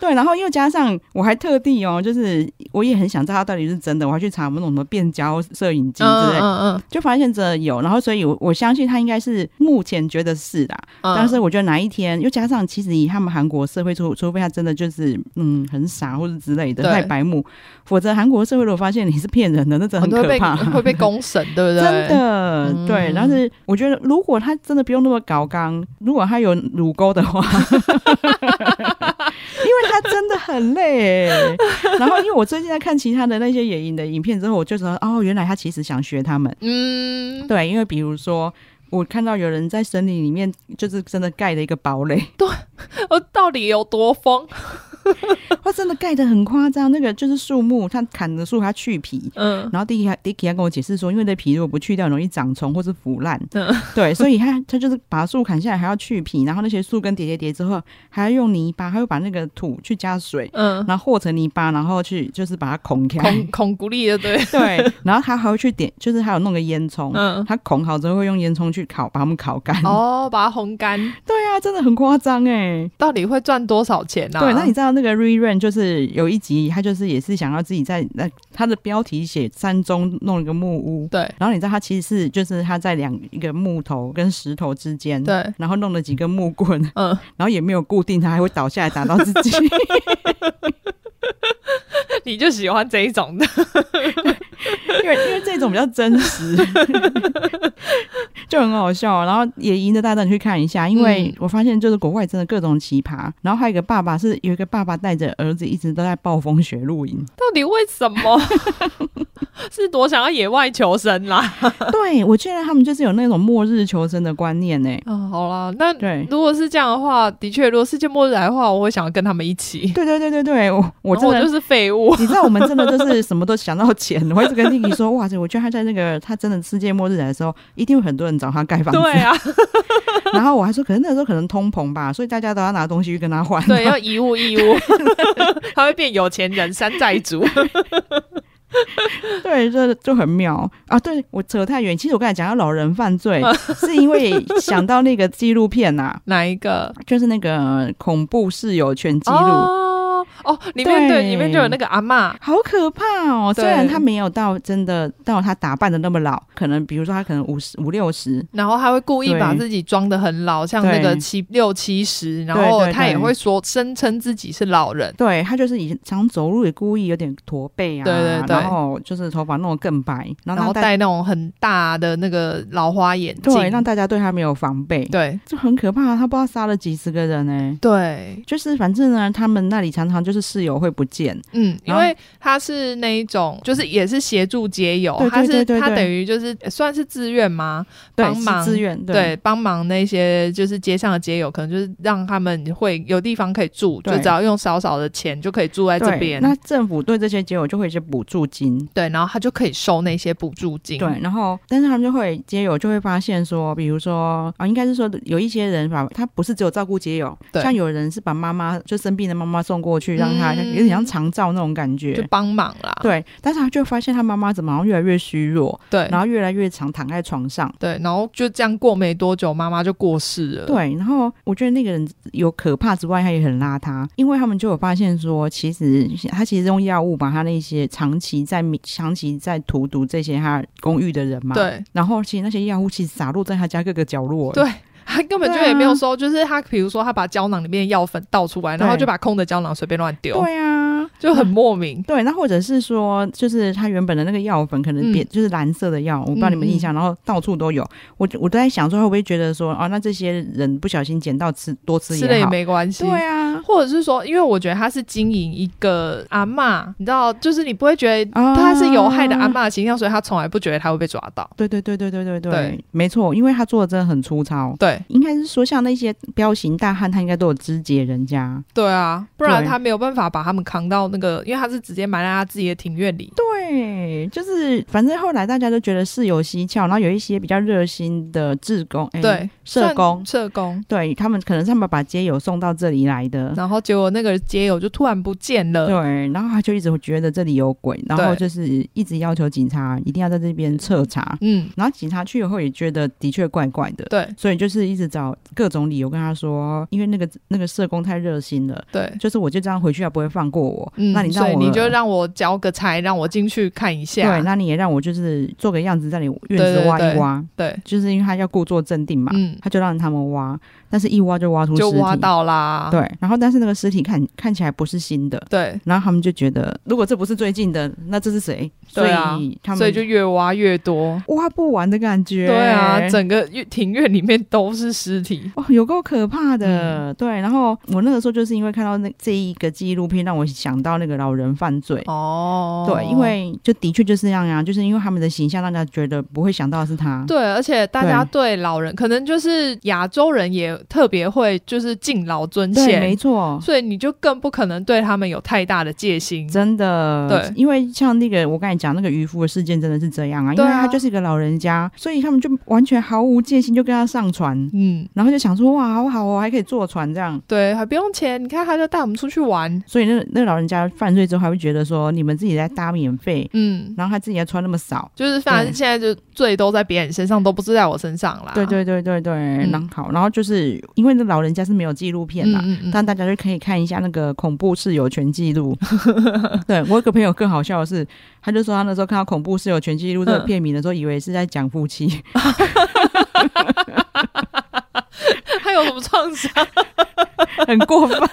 Speaker 2: 对，然后又加上我还特地哦，就是我也很想知道它到底是真的，我还去查我们那种什么变焦摄影机之类，
Speaker 1: 嗯
Speaker 2: 就发现真的有，然后所以我我相信他应该是目前觉得是啦，
Speaker 1: 嗯
Speaker 2: 但是我觉得哪一天，又加上其实以他们韩国社会，除除非他真的就是嗯很傻或者之类的
Speaker 1: 对
Speaker 2: 太白目，否则韩国社会如果发现你是骗人的，那真的很
Speaker 1: 会
Speaker 2: 可
Speaker 1: 被
Speaker 2: 怕。
Speaker 1: [laughs] 会被公审，对不对？
Speaker 2: 真的、
Speaker 1: 嗯
Speaker 2: 对，但是我觉得，如果他真的不用那么搞刚，如果他有乳沟的话， [laughs] 因为他真的很累欸。然后，因为我最近在看其他的那些野营的影片之后，我就知道哦，原来他其实想学他们。
Speaker 1: 嗯，
Speaker 2: 对，因为比如说，我看到有人在森林里面，就是真的盖了一个堡垒， [laughs]
Speaker 1: 我哦到底有多疯？
Speaker 2: 他真的盖的很夸张。那个就是树木，他砍的树，他去皮。
Speaker 1: 嗯
Speaker 2: 然后 Dicky 还 Dicky 还跟我解释说，因为那皮如果不去掉，容易长虫或是腐烂。
Speaker 1: 嗯
Speaker 2: 对，所以他他就是把树砍下来，还要去皮，然后那些树根叠叠叠之后，还要用泥巴，还会把那个土去加水，
Speaker 1: 嗯，
Speaker 2: 然后和成泥巴，然后去就是把它孔开。 [laughs]
Speaker 1: 恐恐孤立的，对，
Speaker 2: 对，然后他还会去点，就是还有弄个烟囱，
Speaker 1: 嗯，
Speaker 2: 他孔好之后会用烟囱去烤，把它们烤干。
Speaker 1: 哦，把它烘干，
Speaker 2: 对啊，真的很夸张哎。
Speaker 1: 到底会赚多少钱呢、啊？
Speaker 2: 对，那你知道那个 r e r u n 就是有一集，他就是也是想要自己在那他的标题写山中弄一个木屋，
Speaker 1: 对
Speaker 2: 然后你知道他其实是就是他在两一个木头跟石头之间，，
Speaker 1: 对，
Speaker 2: 然后弄了几根木棍， [laughs]
Speaker 1: 嗯，
Speaker 2: 然后也没有固定，他还会倒下来打到自己。
Speaker 1: [laughs] 你就喜欢这一种的， [laughs]
Speaker 2: 因为因为这种比较真实， [laughs] 就很好笑。然后也赢得大家你去看一下，因为
Speaker 1: 嗯
Speaker 2: 我发现就是国外真的各种奇葩。然后还有一个爸爸是有一个爸爸带着儿子一直都在暴风雪露
Speaker 1: [laughs]
Speaker 2: 营。
Speaker 1: 到底为什么？ [laughs] 是多想要野外求生啦？
Speaker 2: 对，我觉得他们就是有那种末日求生的观念呢。
Speaker 1: 嗯，好啦，那
Speaker 2: 对。
Speaker 1: 如果是这样的话，的确，如果世界末日来的话，我会想要跟他们一起。
Speaker 2: 对对对对对，我我
Speaker 1: 然后
Speaker 2: 真
Speaker 1: 我就
Speaker 2: 的，
Speaker 1: 是废物。
Speaker 2: 你知道我们真的就是什么都想到钱， [laughs] 我一直跟弟弟说，哇塞，我觉得他在那个他真的世界末日来的时候，一定有很多人找他盖 [laughs] 房子。
Speaker 1: 对啊，
Speaker 2: [laughs] 然后我还说，可能那时候可能通膨吧，所以大家都要拿东西去跟他换。
Speaker 1: [laughs] 对，啊要遗物义 [laughs] 务，他会变有钱人山寨 [laughs] 族。
Speaker 2: [laughs] 对，这就很妙啊！对我扯太远，其实我刚才讲到老人
Speaker 1: [laughs]
Speaker 2: 犯罪，是因为想到那个纪录片呐、
Speaker 1: 哪一个？
Speaker 2: 就是那个恐怖室友全记录。
Speaker 1: 哦哦，里面
Speaker 2: 对
Speaker 1: 对里面就有那个阿嬷。
Speaker 2: 好可怕哦！虽
Speaker 1: 对
Speaker 2: 然他没有到真的到他打扮的那么老，可能比如说他可能五十五六十，
Speaker 1: 然后他会故意
Speaker 2: 对
Speaker 1: 把自己装的很老，像那个
Speaker 2: 对
Speaker 1: 七六七十，然
Speaker 2: 对
Speaker 1: 后
Speaker 2: 对
Speaker 1: 他也
Speaker 2: 对
Speaker 1: 会说声称自己是老人，
Speaker 2: 对他就是以前常走路也故意有点驼背啊，
Speaker 1: 对对对
Speaker 2: 然后就是头发弄得更白，
Speaker 1: 然
Speaker 2: 然后
Speaker 1: 后
Speaker 2: 让大
Speaker 1: 戴那种很大的那个老花眼镜，
Speaker 2: 对让大家对他没有防备，
Speaker 1: 对
Speaker 2: 就很可怕。啊他不知道杀了几十个人呢、欸
Speaker 1: 对，
Speaker 2: 就是反正呢，他们那里常常就是室友会不见，
Speaker 1: 嗯，因
Speaker 2: 然后
Speaker 1: 为他是那一种，就是也是协助街友，
Speaker 2: 对对
Speaker 1: 他是
Speaker 2: 对对
Speaker 1: 他
Speaker 2: 对
Speaker 1: 等于就是呃算是自愿吗？
Speaker 2: 对
Speaker 1: 帮
Speaker 2: 是
Speaker 1: 忙
Speaker 2: 自愿，
Speaker 1: 对，帮忙那些就是街上的街友，可能就是让他们会有地方可以住，就
Speaker 2: 对
Speaker 1: 只要用少少的钱就可以住在这
Speaker 2: 对
Speaker 1: 边。
Speaker 2: 那政府对这些街友就会有一些补助金。
Speaker 1: 对，然后他就可以收那些补助金。
Speaker 2: 对，然后但是他们就会街友就会发现说，比如说啊、应该是说有一些人吧，他不是只有照顾街友，
Speaker 1: 对
Speaker 2: 像有人是把妈妈就生病的妈妈送过去，让他、
Speaker 1: 嗯
Speaker 2: 有点像长照那种感
Speaker 1: 就
Speaker 2: 觉。
Speaker 1: 帮忙啦。
Speaker 2: 对，但是他就发现他妈妈怎么好像越来越虚弱，
Speaker 1: 对
Speaker 2: 然后越来越常躺在床上。
Speaker 1: 对，然后就这样过没多久，妈妈就过世了。
Speaker 2: 对，然后我觉得那个人有可怕之外，他也很邋遢，因为他们就有发现说，其实他其实用药物把他那些长期在长期在荼毒这些他公寓的人嘛，，
Speaker 1: 对
Speaker 2: 然后其实那些药物其实洒落在他家各个角落，
Speaker 1: 对他根本就
Speaker 2: 对啊
Speaker 1: 也没有收，就是他比如说他把胶囊里面的药粉倒出来，然后
Speaker 2: 对
Speaker 1: 就把空的胶囊随便乱丢，
Speaker 2: 对啊。
Speaker 1: 就很莫名。
Speaker 2: 对，那或者是说，就是他原本的那个药粉可
Speaker 1: 嗯
Speaker 2: 能变，就是蓝色的药，我不知道你们印象，然后到处都有。我我都在想说，会不会觉得说，哦，那这些人不小心捡到吃多吃
Speaker 1: 吃了也
Speaker 2: 好，
Speaker 1: 没关系。
Speaker 2: 对啊，
Speaker 1: 或者是说，因为我觉得他是经营一个阿嬷，你知道，就是你不会觉得
Speaker 2: 啊
Speaker 1: 他是有害的阿嬷的形象，所以他从来不觉得他会被抓到。
Speaker 2: 对对对对对对对，
Speaker 1: 对
Speaker 2: 没错，因为他做的真的很粗糙。
Speaker 1: 对
Speaker 2: 应该是说，像那些彪形大汉，他应该都有肢解人家。
Speaker 1: 对啊，不然
Speaker 2: 对
Speaker 1: 他没有办法把他们扛到那个，因为他是直接埋在他自己的庭院里。
Speaker 2: 对，就是反正后来大家都觉得事有蹊跷，然后有一些比较热心的志工，哎
Speaker 1: 对，
Speaker 2: 社工，
Speaker 1: 社工，
Speaker 2: 对他们可能是他们把街友送到这里来的。
Speaker 1: 然后结果那个街友就突然不见了。
Speaker 2: 对，然后他就一直觉得这里有鬼，然后
Speaker 1: 对
Speaker 2: 就是一直要求警察一定要在这边彻查。
Speaker 1: 嗯，
Speaker 2: 然后警察去以后也觉得的确怪怪的，
Speaker 1: 对
Speaker 2: 所以就是一直找各种理由跟他说，因为那个那个社工太热心了，
Speaker 1: 对。
Speaker 2: 就是我就这样回去，他不会放过我。
Speaker 1: 嗯，
Speaker 2: 那你让
Speaker 1: 所以
Speaker 2: 我，
Speaker 1: 你就让我交个差，让我进去看一下。
Speaker 2: 对，那你也让我就是做个样子，在你
Speaker 1: 对
Speaker 2: 院子
Speaker 1: 对
Speaker 2: 挖一挖，
Speaker 1: 对，
Speaker 2: 就是因为他要故作镇定嘛，
Speaker 1: 嗯，
Speaker 2: 他就让他们挖，但是一挖就挖出尸
Speaker 1: 就
Speaker 2: 体，
Speaker 1: 挖到啦。
Speaker 2: 对，然后但是那个尸体看看起来不是新的。
Speaker 1: 对，
Speaker 2: 然后他们就觉得，如果这不是最近的，那这是谁？所
Speaker 1: 对啊
Speaker 2: 以他们
Speaker 1: 所以就越挖越多。
Speaker 2: 挖不完的感觉。
Speaker 1: 对啊，整个院庭院里面都是尸体。
Speaker 2: 哦，有够可怕的。
Speaker 1: 嗯
Speaker 2: 对，然后我那个时候就是因为看到那这一个纪录片，让我想到那个老人犯罪。
Speaker 1: 哦，
Speaker 2: 对，因为就的确就是这样啊，就是因为他们的形象，让大家觉得不会想到是他。
Speaker 1: 对，而且大家对老人，可能就是亚洲人也特别会就是敬老尊
Speaker 2: 对，没
Speaker 1: 贤，
Speaker 2: 错，
Speaker 1: 所以你就更不可能对他们有太大的戒心。
Speaker 2: 真的。
Speaker 1: 对
Speaker 2: 因为像那个我刚才讲那个渔夫的事件，真的是这样啊，因
Speaker 1: 对
Speaker 2: 为
Speaker 1: 啊
Speaker 2: 他就是一个老人家，所以他们就完全毫无戒心就跟他上船。
Speaker 1: 嗯，
Speaker 2: 然后就想说哇，好好哦，还可以坐船这样，
Speaker 1: 对，还不用钱，你看他就带我们出去玩。
Speaker 2: 所以那那个老人家犯罪之后，还会觉得说你们自己在搭免费，
Speaker 1: 嗯，
Speaker 2: 然后他自己还穿那么少，
Speaker 1: 就是反正
Speaker 2: 对
Speaker 1: 现在就罪都在别人身上，都不是在我身上啦。
Speaker 2: 对对对对对，然后好，然后就是因为那老人家是没有纪录片
Speaker 1: 嗯，
Speaker 2: 啦，
Speaker 1: 嗯嗯
Speaker 2: 但大大家就可以看一下那个恐怖室友全记
Speaker 1: [laughs]
Speaker 2: 录。对我有个朋友更好笑的是，他就说他那时候看到恐怖室友全记录这个
Speaker 1: 嗯
Speaker 2: 片名的时候，以为是在讲夫妻， [laughs]
Speaker 1: 他有什么创伤？
Speaker 2: 很过分。 [laughs]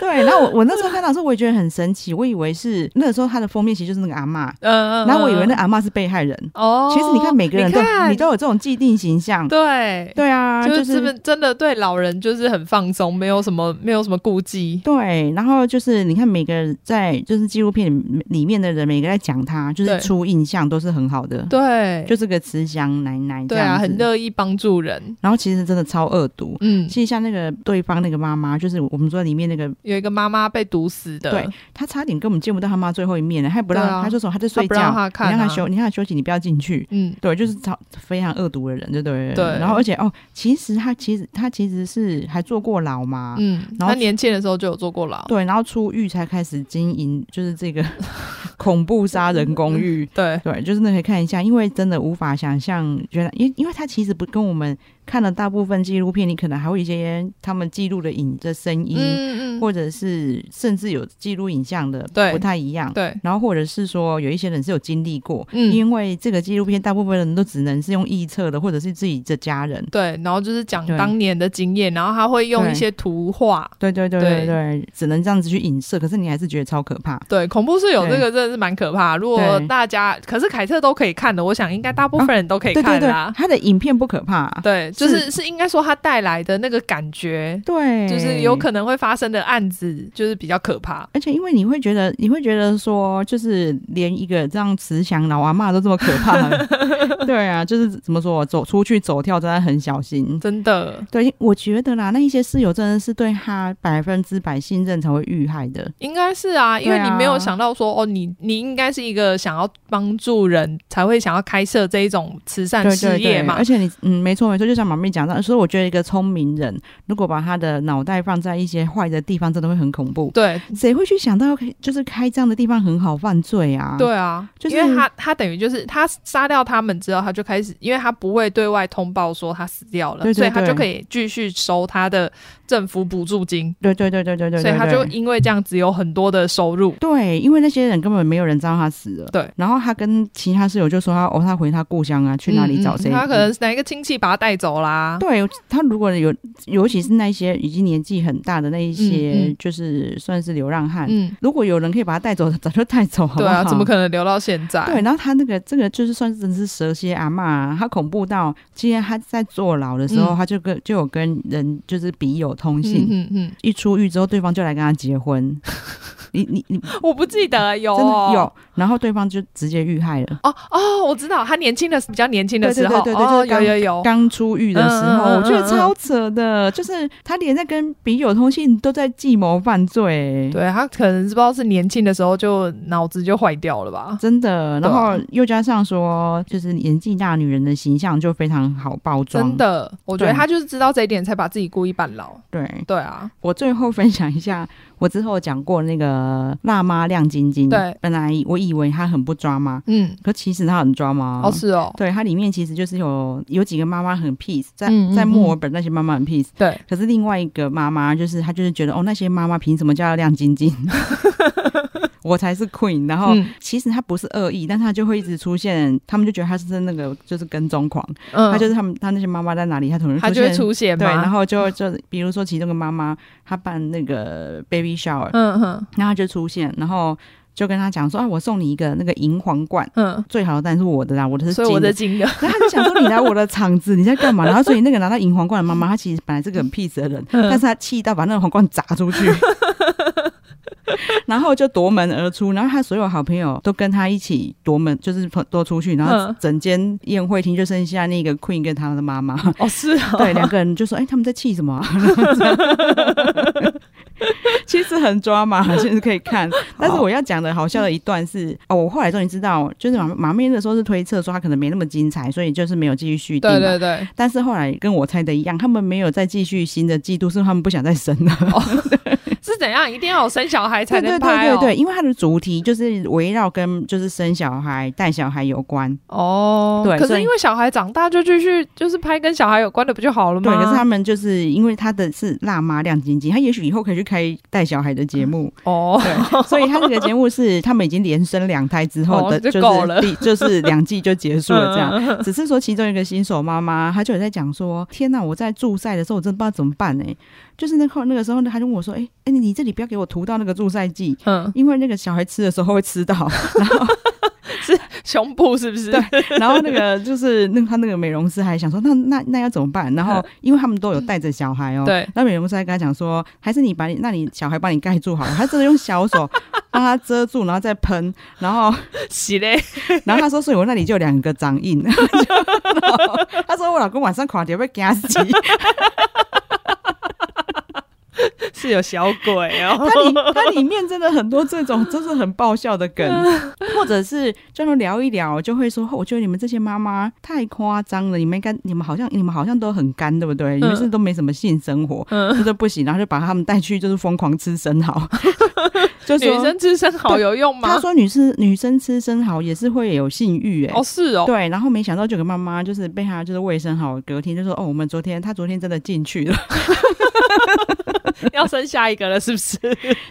Speaker 2: 对，然后我我那时候看到的时候，我也觉得很神奇，我以为是那时候他的封面其实就是那个阿嬷，
Speaker 1: 嗯嗯
Speaker 2: 然后我以为 [laughs] 那
Speaker 1: 嗯
Speaker 2: 阿嬷是被害人。
Speaker 1: 哦，
Speaker 2: 其实你看，每个人都
Speaker 1: 你
Speaker 2: 你
Speaker 1: 看
Speaker 2: 都有这种既定形象。
Speaker 1: 对。
Speaker 2: 对啊，
Speaker 1: 就是
Speaker 2: 就
Speaker 1: 真
Speaker 2: 是
Speaker 1: 的真的对老人就是很放松，没有什么没有什么顾忌。
Speaker 2: 对，然后就是你看每个在就是纪录片里里面的人，每个在讲他，就是
Speaker 1: 对
Speaker 2: 出印象都是很好的，
Speaker 1: 对，
Speaker 2: 就这个慈祥奶奶这
Speaker 1: 对
Speaker 2: 样
Speaker 1: 啊，
Speaker 2: 子。
Speaker 1: 很乐意帮助人。
Speaker 2: 然后其实真的超恶毒。
Speaker 1: 嗯，
Speaker 2: 其实像那个对方那个妈妈，就是我们说里面那个，
Speaker 1: 有一个妈妈被毒死的，
Speaker 2: 对她差点根本见不到她妈最后一面了，还不让
Speaker 1: 对啊
Speaker 2: 她就说她在睡
Speaker 1: 她不
Speaker 2: 觉，
Speaker 1: 让她看啊
Speaker 2: 你让她休，你让她休息，你不要进去。
Speaker 1: 嗯，
Speaker 2: 对，就是超非常恶毒的人，对不对？
Speaker 1: 对
Speaker 2: 然后而且哦，其实她其实她其实是还坐过牢嘛，
Speaker 1: 嗯，
Speaker 2: 啊然后
Speaker 1: 他年轻的时候就有坐过牢，
Speaker 2: 对，然后出狱才开始经营，就是这个 [laughs] 恐怖杀人公寓。
Speaker 1: 对
Speaker 2: 对，就是那可以看一下，因为真的无法想象，原来因因为它其实不跟我们看的大部分纪录片，你可能还会有一些他们记录的影的声音，
Speaker 1: 嗯嗯嗯，
Speaker 2: 或者是甚至有记录影像的，
Speaker 1: 对
Speaker 2: 不太一样。
Speaker 1: 对，
Speaker 2: 然后或者是说有一些人是有经历过，
Speaker 1: 嗯
Speaker 2: 因为这个纪录片大部分人都只能是用臆测的，或者是自己的家人。
Speaker 1: 对，然后就是讲
Speaker 2: 对
Speaker 1: 当年的经验，然后他会用
Speaker 2: 对
Speaker 1: 一些图画。
Speaker 2: 对对对对
Speaker 1: 对
Speaker 2: 对，只能这样子去影射，可是你还是觉得超可怕。
Speaker 1: 对，恐怖室友
Speaker 2: 对
Speaker 1: 这个真的是蛮可怕。如果
Speaker 2: 对
Speaker 1: 大家，可是凯特都可以看的，我想应该大部分人都可以
Speaker 2: 啊对对
Speaker 1: 看
Speaker 2: 对
Speaker 1: 啦，。
Speaker 2: 他的影片不可怕，
Speaker 1: 对，就是是是应该说他带来的那个感觉，
Speaker 2: 对，
Speaker 1: 就是有。可能会发生的案子，就是比较可怕。
Speaker 2: 而且，因为你会觉得，你会觉得说，就是连一个这样慈祥老阿嬷都这么可怕， [laughs] 对啊，就是怎么说，走出去走跳真的很小心。
Speaker 1: 真的，
Speaker 2: 对，我觉得啦，那一些室友真的是对他百分之百信任才会遇害的。
Speaker 1: 应该是啊，因为
Speaker 2: 对
Speaker 1: 你
Speaker 2: 啊
Speaker 1: 没有想到说，哦，你你应该是一个想要帮助人才会想要开设这一种慈善
Speaker 2: 对
Speaker 1: 事
Speaker 2: 对
Speaker 1: 业
Speaker 2: 对，
Speaker 1: 嘛
Speaker 2: 而。且你，嗯，没错没错，就像马妹讲到，所以我觉得一个聪明人，如果把他的脑袋放在一些坏的地方，真的会很恐怖。
Speaker 1: 对
Speaker 2: 谁会去想到要开，就是开这样的地方很好犯罪啊？
Speaker 1: 对啊，
Speaker 2: 就是
Speaker 1: 因为他他等于就是他杀掉他们之后，他就开始，因为他不会对外通报说他死掉了，
Speaker 2: 对对
Speaker 1: 所以他
Speaker 2: 对
Speaker 1: 就可以继续收他的政府补助金，
Speaker 2: 对对对对对对对，
Speaker 1: 所以他就因为这样子有很多的收入。
Speaker 2: 对，因为那些人根本没有人知道他死了。
Speaker 1: 对，
Speaker 2: 然后他跟其他室友就说他哦，他回他故乡啊，去哪里找
Speaker 1: 嗯
Speaker 2: 谁？
Speaker 1: 嗯他可能是哪一个亲戚把他带走啦。
Speaker 2: 对他如果有，尤其是那些已经年纪很大的那一
Speaker 1: 嗯
Speaker 2: 些，
Speaker 1: 嗯
Speaker 2: 就是算是流浪汉。
Speaker 1: 嗯，
Speaker 2: 如果有人可以把他带走，早就带走，好不好？
Speaker 1: 对啊，怎么可能留到现在？
Speaker 2: 对，然后他那个这个就是算是真是蛇蝎阿嬷、啊，他恐怖到，今天他在坐牢的时候，
Speaker 1: 嗯
Speaker 2: 他就跟就有跟人就是笔友通信，
Speaker 1: 嗯嗯嗯，
Speaker 2: 一出狱之后，对方就来跟他结婚，你你
Speaker 1: [laughs]
Speaker 2: 你真
Speaker 1: 我不记得有
Speaker 2: 的有，然后对方就直接遇害了。
Speaker 1: 哦哦，我知道，他年轻的比较年轻的时候，
Speaker 2: 对对对对对
Speaker 1: 哦，
Speaker 2: 就是刚
Speaker 1: 有有有，
Speaker 2: 刚出狱的时
Speaker 1: 嗯
Speaker 2: 候，
Speaker 1: 嗯嗯嗯
Speaker 2: 我觉得超扯的，就是他连在跟笔友通信都在计谋犯罪，
Speaker 1: 对他可能是不知道是年轻的时候就脑子就坏掉了吧？
Speaker 2: 真
Speaker 1: 对
Speaker 2: 的。然
Speaker 1: 啊
Speaker 2: 后又加上说，就是年纪大女人的形象就非常好包装，
Speaker 1: 真。的，我觉得
Speaker 2: 对
Speaker 1: 他就是知道这一点，才把自己故意扮老。
Speaker 2: 对
Speaker 1: 对啊，
Speaker 2: 我最后分享一下， [laughs] 我之后讲过那个辣妈亮晶晶，
Speaker 1: 对，
Speaker 2: 本来我以为她很不抓妈，
Speaker 1: 嗯，
Speaker 2: 可其实她很抓妈。啊
Speaker 1: 哦是哦，
Speaker 2: 对，它里面其实就是有有几个妈妈很 peace，在
Speaker 1: 嗯嗯
Speaker 2: 在
Speaker 1: 嗯
Speaker 2: 墨尔本那些妈妈很 peace，
Speaker 1: 对，
Speaker 2: 可是另外一个妈妈就是她就是觉得哦那些妈妈凭什么叫亮
Speaker 1: [laughs]
Speaker 2: 晶晶，我才是 queen，然后。
Speaker 1: 嗯
Speaker 2: 其实她不是恶意，但她就会一直出现，他们就觉得她是那个就是跟踪狂，
Speaker 1: 嗯，
Speaker 2: 她就是他们她那些妈妈在哪里，她总是
Speaker 1: 他
Speaker 2: 出
Speaker 1: 就会
Speaker 2: 现，
Speaker 1: 出现
Speaker 2: 对，然
Speaker 1: 嘛，
Speaker 2: 后就就比如说其中一个妈妈她办那个 baby shower，、
Speaker 1: 嗯嗯
Speaker 2: 然后她就出现，然后就跟她讲说啊我送你一个那个银皇冠，
Speaker 1: 嗯，
Speaker 2: 最好的当然是我的啦，我的是
Speaker 1: 所以
Speaker 2: 金
Speaker 1: 我
Speaker 2: 的
Speaker 1: 的金额，
Speaker 2: 然后他就想说你来我的场子，你在干嘛？ [laughs] 然后所以那个拿到银皇冠的妈妈，她其实本来是个很 peace 的人，
Speaker 1: 嗯
Speaker 2: 但是她气到把那个皇冠砸出去， [laughs] 然后就夺门而出。然后她所有好朋友都跟她一起夺门，就是都出去，然后
Speaker 1: 嗯
Speaker 2: 整间宴会厅就剩下那个 queen 跟她的妈妈。
Speaker 1: 哦是 [laughs] 哦，
Speaker 2: 对，两个人就说：“哎、他们在气什么、啊？” [laughs] 其实很抓马，
Speaker 1: [laughs]
Speaker 2: 其实可以看。但是我要讲的好笑的一段是，哦，我后来终于知道，就是马马妹那时候是推测说她可能没那么精彩，所以就是没有继续续订嘛。
Speaker 1: 对对对，
Speaker 2: 但
Speaker 1: [laughs]
Speaker 2: 是后来跟我猜的一样，他们没有再继续新的季度，是因为他们不想再生了。
Speaker 1: 是怎样？一定要有生小孩哦才
Speaker 2: 对对
Speaker 1: 能
Speaker 2: 对
Speaker 1: 拍
Speaker 2: 对
Speaker 1: 哦？
Speaker 2: 对，因为它的主题就是围绕跟就是生小孩、带小孩有关。
Speaker 1: 哦，
Speaker 2: 对
Speaker 1: 可
Speaker 2: 所
Speaker 1: 是
Speaker 2: 以
Speaker 1: 因为小孩长大就继续就是拍跟小孩有关的不就好了
Speaker 2: 对，
Speaker 1: 吗？
Speaker 2: 可是他们就是因为他的是辣妈亮晶晶，他也许以后可以去开带小孩的节目，
Speaker 1: 哦， [laughs]
Speaker 2: 对，所以他这个节目是他们已经连生两胎之后的，
Speaker 1: 哦就
Speaker 2: 就是
Speaker 1: 够了嗯
Speaker 2: 第 [laughs] 就是两季就结束了这样。只是说其中一个新手妈妈，她就有在讲说：“天哪，我在助赛的时候，我真的不知道怎么办哎、就是那块那个时候，她就问我说：‘哎、哎、你你这里不要给我涂到那个助赛剂。’
Speaker 1: 嗯， [laughs]
Speaker 2: 因为那个小孩吃的时候会吃到， [laughs]
Speaker 1: 胸部是不是？
Speaker 2: 然后那个就是那他那个美容师还想说，那那那要怎么办？然后因为他们都有带着小孩
Speaker 1: 嗯
Speaker 2: 哦，
Speaker 1: 对，
Speaker 2: 那美容师还跟他讲说，还是你把你那你小孩帮你盖住好了。他真的用小手帮他遮住，然后再喷，然后
Speaker 1: 洗嘞，
Speaker 2: 然后他说，所以我那里就有两个掌印。 [laughs] 然后他说我老公晚上垮掉被夹死，他
Speaker 1: [laughs] 是有小鬼哦。
Speaker 2: 里他里面真的很多这种就是很爆笑的梗，或者是就他们聊一聊，就会说，我觉得你们这些妈妈太夸张了，你们应该你们好像你们好像都很干，对不对？你们是都没什么性生活，
Speaker 1: 嗯，
Speaker 2: 就是不行，然后就把他们带去就是疯狂吃
Speaker 1: [laughs]
Speaker 2: 生蚝，就
Speaker 1: 女
Speaker 2: 说
Speaker 1: 生吃生蚝有用
Speaker 2: 他
Speaker 1: 吗？
Speaker 2: 说女生女生吃生蚝也是会有性欲哎、
Speaker 1: 哦，是哦，
Speaker 2: 对，然后没想到这个妈妈就是被他就是喂生蚝，隔天就说哦，我们昨天他昨天真的进去了， [laughs]
Speaker 1: 要生下一个了，是不 [laughs] 是？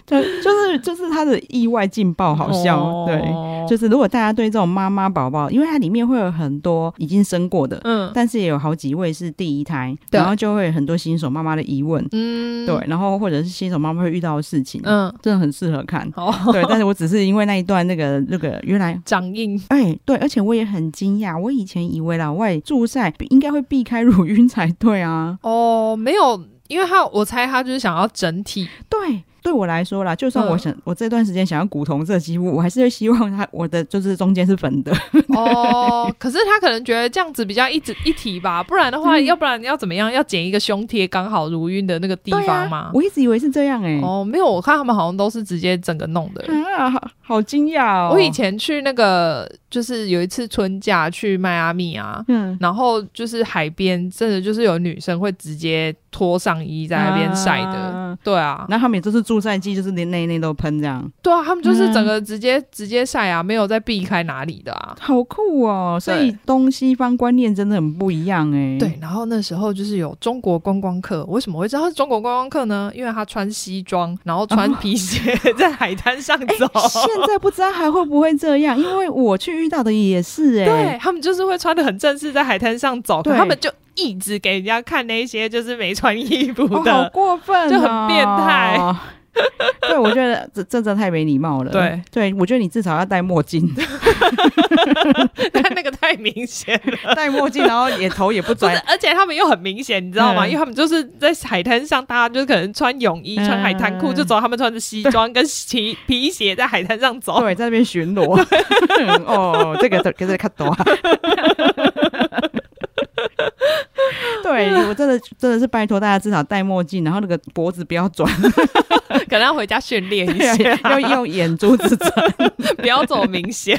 Speaker 2: 就就是就是他的意外劲爆，好笑，对，
Speaker 1: 哦
Speaker 2: 就是如果大家对这种妈妈宝宝，因为它里面会有很多已经生过的，
Speaker 1: 嗯
Speaker 2: 但是也有好几位是第一胎，
Speaker 1: 对
Speaker 2: 然后就会有很多新手妈妈的疑问，
Speaker 1: 嗯，
Speaker 2: 对，，然后或者是新手妈妈会遇到的事情，
Speaker 1: 嗯，。
Speaker 2: 真的很适合看
Speaker 1: 哦，
Speaker 2: 对，但是我只是因为那一段那个那个原来
Speaker 1: 掌印
Speaker 2: 哎，对，而且我也很惊讶，我以前以为老外驻赛应该会避开 [laughs] 乳晕才对啊。
Speaker 1: 哦，没有，因为他我猜他就是想要整 [laughs] 体
Speaker 2: 对，对我来说啦，就算我
Speaker 1: 嗯
Speaker 2: 想、我这段时间想要古铜色肌肤，我还是会希望它我的就是中间是粉的。
Speaker 1: 哦，可是他可能觉得这样子比较一直一体吧，不然的话，要不然要怎么样？要剪一个胸贴刚好如晕的那 [laughs] 个地
Speaker 2: 对
Speaker 1: 方
Speaker 2: 啊
Speaker 1: 吗？？
Speaker 2: 我一直以为是这样哎、
Speaker 1: 哦，没有，我看他们好像都是直接整个弄的。
Speaker 2: 啊，好好惊讶哦！
Speaker 1: 我以前去那个，就是有一次春假去迈阿密啊，
Speaker 2: 嗯，
Speaker 1: 然后就是海边，真的就是有女生会直接脱上衣在那边晒的。
Speaker 2: 啊
Speaker 1: 对啊，
Speaker 2: 然后他们也就是助赛季，就是连内内都喷这样，
Speaker 1: 对啊，他们
Speaker 2: 嗯
Speaker 1: 就是整个直接、直接晒啊，没有在避开哪里的啊。
Speaker 2: 好酷哦！所以东西方观念真的很不一样哎、
Speaker 1: 对，然后那时候就是有中国观光客，为什么会知道他是中国观光客呢？因为他穿西装，然后穿皮鞋
Speaker 2: 哦
Speaker 1: [laughs] 在海滩上 [laughs] 走。
Speaker 2: 哎现在不知道还会不会这样，因为我去遇到的也是哎、
Speaker 1: 对他们就是会穿的很正式，在海滩上走，可
Speaker 2: 对
Speaker 1: 他们就一直给人家看那些就是没穿衣服
Speaker 2: 哦，好
Speaker 1: 的。
Speaker 2: 过分、哦，
Speaker 1: 就很变态。
Speaker 2: [laughs] 对，我觉得这这真的太没礼貌了。
Speaker 1: 对，
Speaker 2: 对我觉得你至少要戴墨镜， [laughs]
Speaker 1: 但那个太明显了。
Speaker 2: 戴墨镜，然后也头也不
Speaker 1: 不是
Speaker 2: 转，，
Speaker 1: 而且他们又很明显，你知道吗？
Speaker 2: 嗯
Speaker 1: 因为他们就是在海滩上，大家就是可能穿泳衣、
Speaker 2: 嗯
Speaker 1: 穿海滩裤，就走。他们穿着西装跟皮皮鞋在海滩上走。
Speaker 2: 对，在那边
Speaker 1: [laughs]
Speaker 2: 巡逻。哦，这个这个这个看懂啊。对我真的真的是拜托大家至少戴墨镜，然后那个脖子不要转，
Speaker 1: [laughs] 可能要回家训 [laughs] 练一下，
Speaker 2: 要用眼珠子转。
Speaker 1: 不要走明显。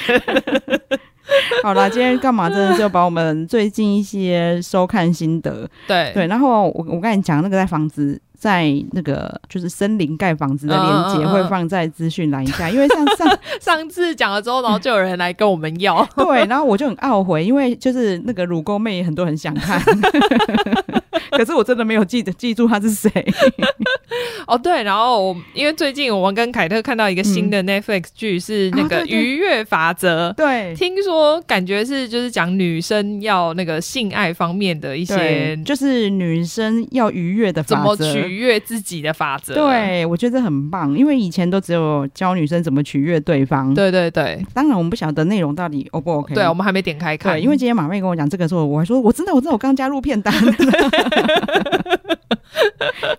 Speaker 2: 好啦，今天干嘛真的就把我们最近一些收看心得，
Speaker 1: [laughs] 对
Speaker 2: 对，然后我我跟你讲那个在房子。在那个就是森林盖房子的链
Speaker 1: 嗯嗯
Speaker 2: 接
Speaker 1: 嗯
Speaker 2: 会放在资讯栏一下，因为上上。
Speaker 1: [laughs] 上次讲了之后，然后就有人来跟我们要
Speaker 2: 对，然后我就很懊悔，因为就是那个乳沟妹也很多人想看， [laughs] 可是我真的没有记得记住她是
Speaker 1: [laughs]
Speaker 2: 谁。
Speaker 1: 哦，对，然后我因为最近我们跟凯特看到一个新的 Netflix 剧，是那
Speaker 2: 啊
Speaker 1: 个
Speaker 2: 对
Speaker 1: 《
Speaker 2: 对
Speaker 1: 愉悦法则》。
Speaker 2: 对
Speaker 1: 听说感觉是就是讲女生要那个性爱方面的一些
Speaker 2: 对，就是女生要愉悦的
Speaker 1: 怎
Speaker 2: 法
Speaker 1: 么
Speaker 2: 则。
Speaker 1: 取悦自己的法则。
Speaker 2: 对，我觉得这很棒，因为以前都只有教女生怎么取悦对方。，
Speaker 1: 对对对
Speaker 2: 当然我们不晓得内容到底 O 不嗯 OK。
Speaker 1: 对，我们还没点开看，
Speaker 2: 对，因为今天马妹跟我讲这个时候，我还说我真的我真的我刚加入片单， [laughs]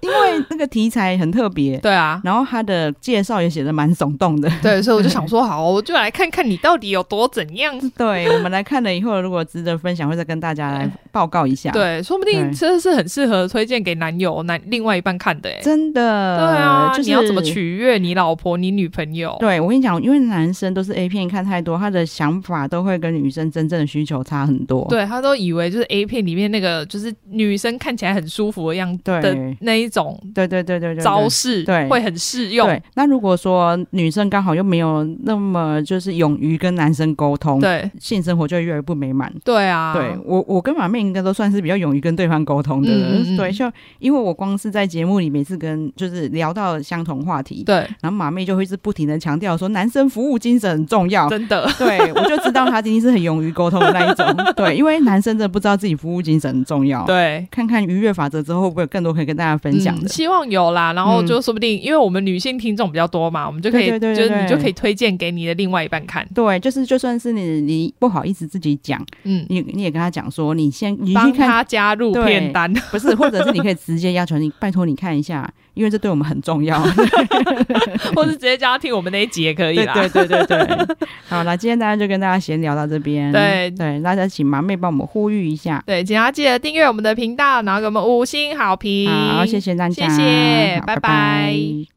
Speaker 2: 因为那个题材很特别，
Speaker 1: 对
Speaker 2: [laughs]
Speaker 1: 啊，
Speaker 2: 然后他的介绍也写的蛮耸动的。 [laughs]
Speaker 1: 对，所以我就想说，好，我就来看看你到底有多怎样。
Speaker 2: 对，我们来看了以后，如果值得分享，会再跟大家来报告一下。，
Speaker 1: 对，说不定
Speaker 2: 啊对
Speaker 1: 真的是很适合推荐给男友、男另外一半看的、欸。
Speaker 2: 真的，
Speaker 1: 对啊，
Speaker 2: 就是
Speaker 1: 你要怎么。取悦你老婆、你女朋友？
Speaker 2: 对，我跟你讲，因为男生都是 A 片看太多，他的想法都会跟女生真正的需求差很多。
Speaker 1: 对他都以为就是 A 片里面那个，就是女生看起来很舒服的样子
Speaker 2: 对
Speaker 1: 的那一种
Speaker 2: 对对对对对对，
Speaker 1: 招式，
Speaker 2: 对
Speaker 1: 会很适用。
Speaker 2: 对，那如果说女生刚好又没有那么就是勇于跟男生沟通，
Speaker 1: 对
Speaker 2: 性生活就会越来越不美满。
Speaker 1: 对啊，
Speaker 2: 对我，我跟马妹应该都算是比较勇于跟对方沟通的人。
Speaker 1: 嗯嗯嗯
Speaker 2: 对，就因为我光是在节目里每次跟就是聊到相同话题，
Speaker 1: 对，
Speaker 2: 然后马妹就会是不停的强调说男生服务精神很重要。
Speaker 1: 真的，
Speaker 2: 对，我就知道她今天是很勇于沟通的那一种。对，因为男生真的不知道自己服务精神很重要。，
Speaker 1: 对。
Speaker 2: 看看愉悦法则之后，会不会有更多可以跟大家分享
Speaker 1: 嗯
Speaker 2: 的？
Speaker 1: 希望有啦，然后
Speaker 2: 嗯
Speaker 1: 就说不定，因为我们女性听众比较多嘛，我们就可以，
Speaker 2: 对对对对
Speaker 1: 就是你
Speaker 2: 对
Speaker 1: 就可以推荐给你的另外一半看，
Speaker 2: 对，就是就算是你你不好意思自己讲，
Speaker 1: 嗯，
Speaker 2: 你你也跟他讲说，你先你
Speaker 1: 帮
Speaker 2: 去看，
Speaker 1: 他加入
Speaker 2: 对
Speaker 1: 片单， [laughs]
Speaker 2: 不是，或者是你可以直接要求你，拜托你看一下，因为这对我们很
Speaker 1: [laughs]
Speaker 2: 重要。
Speaker 1: 或是直接叫他听我们那一集也可以
Speaker 2: [laughs] 对
Speaker 1: 啦。
Speaker 2: 对对对对。好啦，今天大家就跟大家闲聊到这边。
Speaker 1: [laughs] 对
Speaker 2: 对，大家请麻妹帮我们呼吁一下。
Speaker 1: 对，请大家记得订阅我们的频道，然后给我们五星好评。
Speaker 2: 好，谢谢大家，
Speaker 1: 嗯谢谢
Speaker 2: 好
Speaker 1: 拜拜
Speaker 2: 拜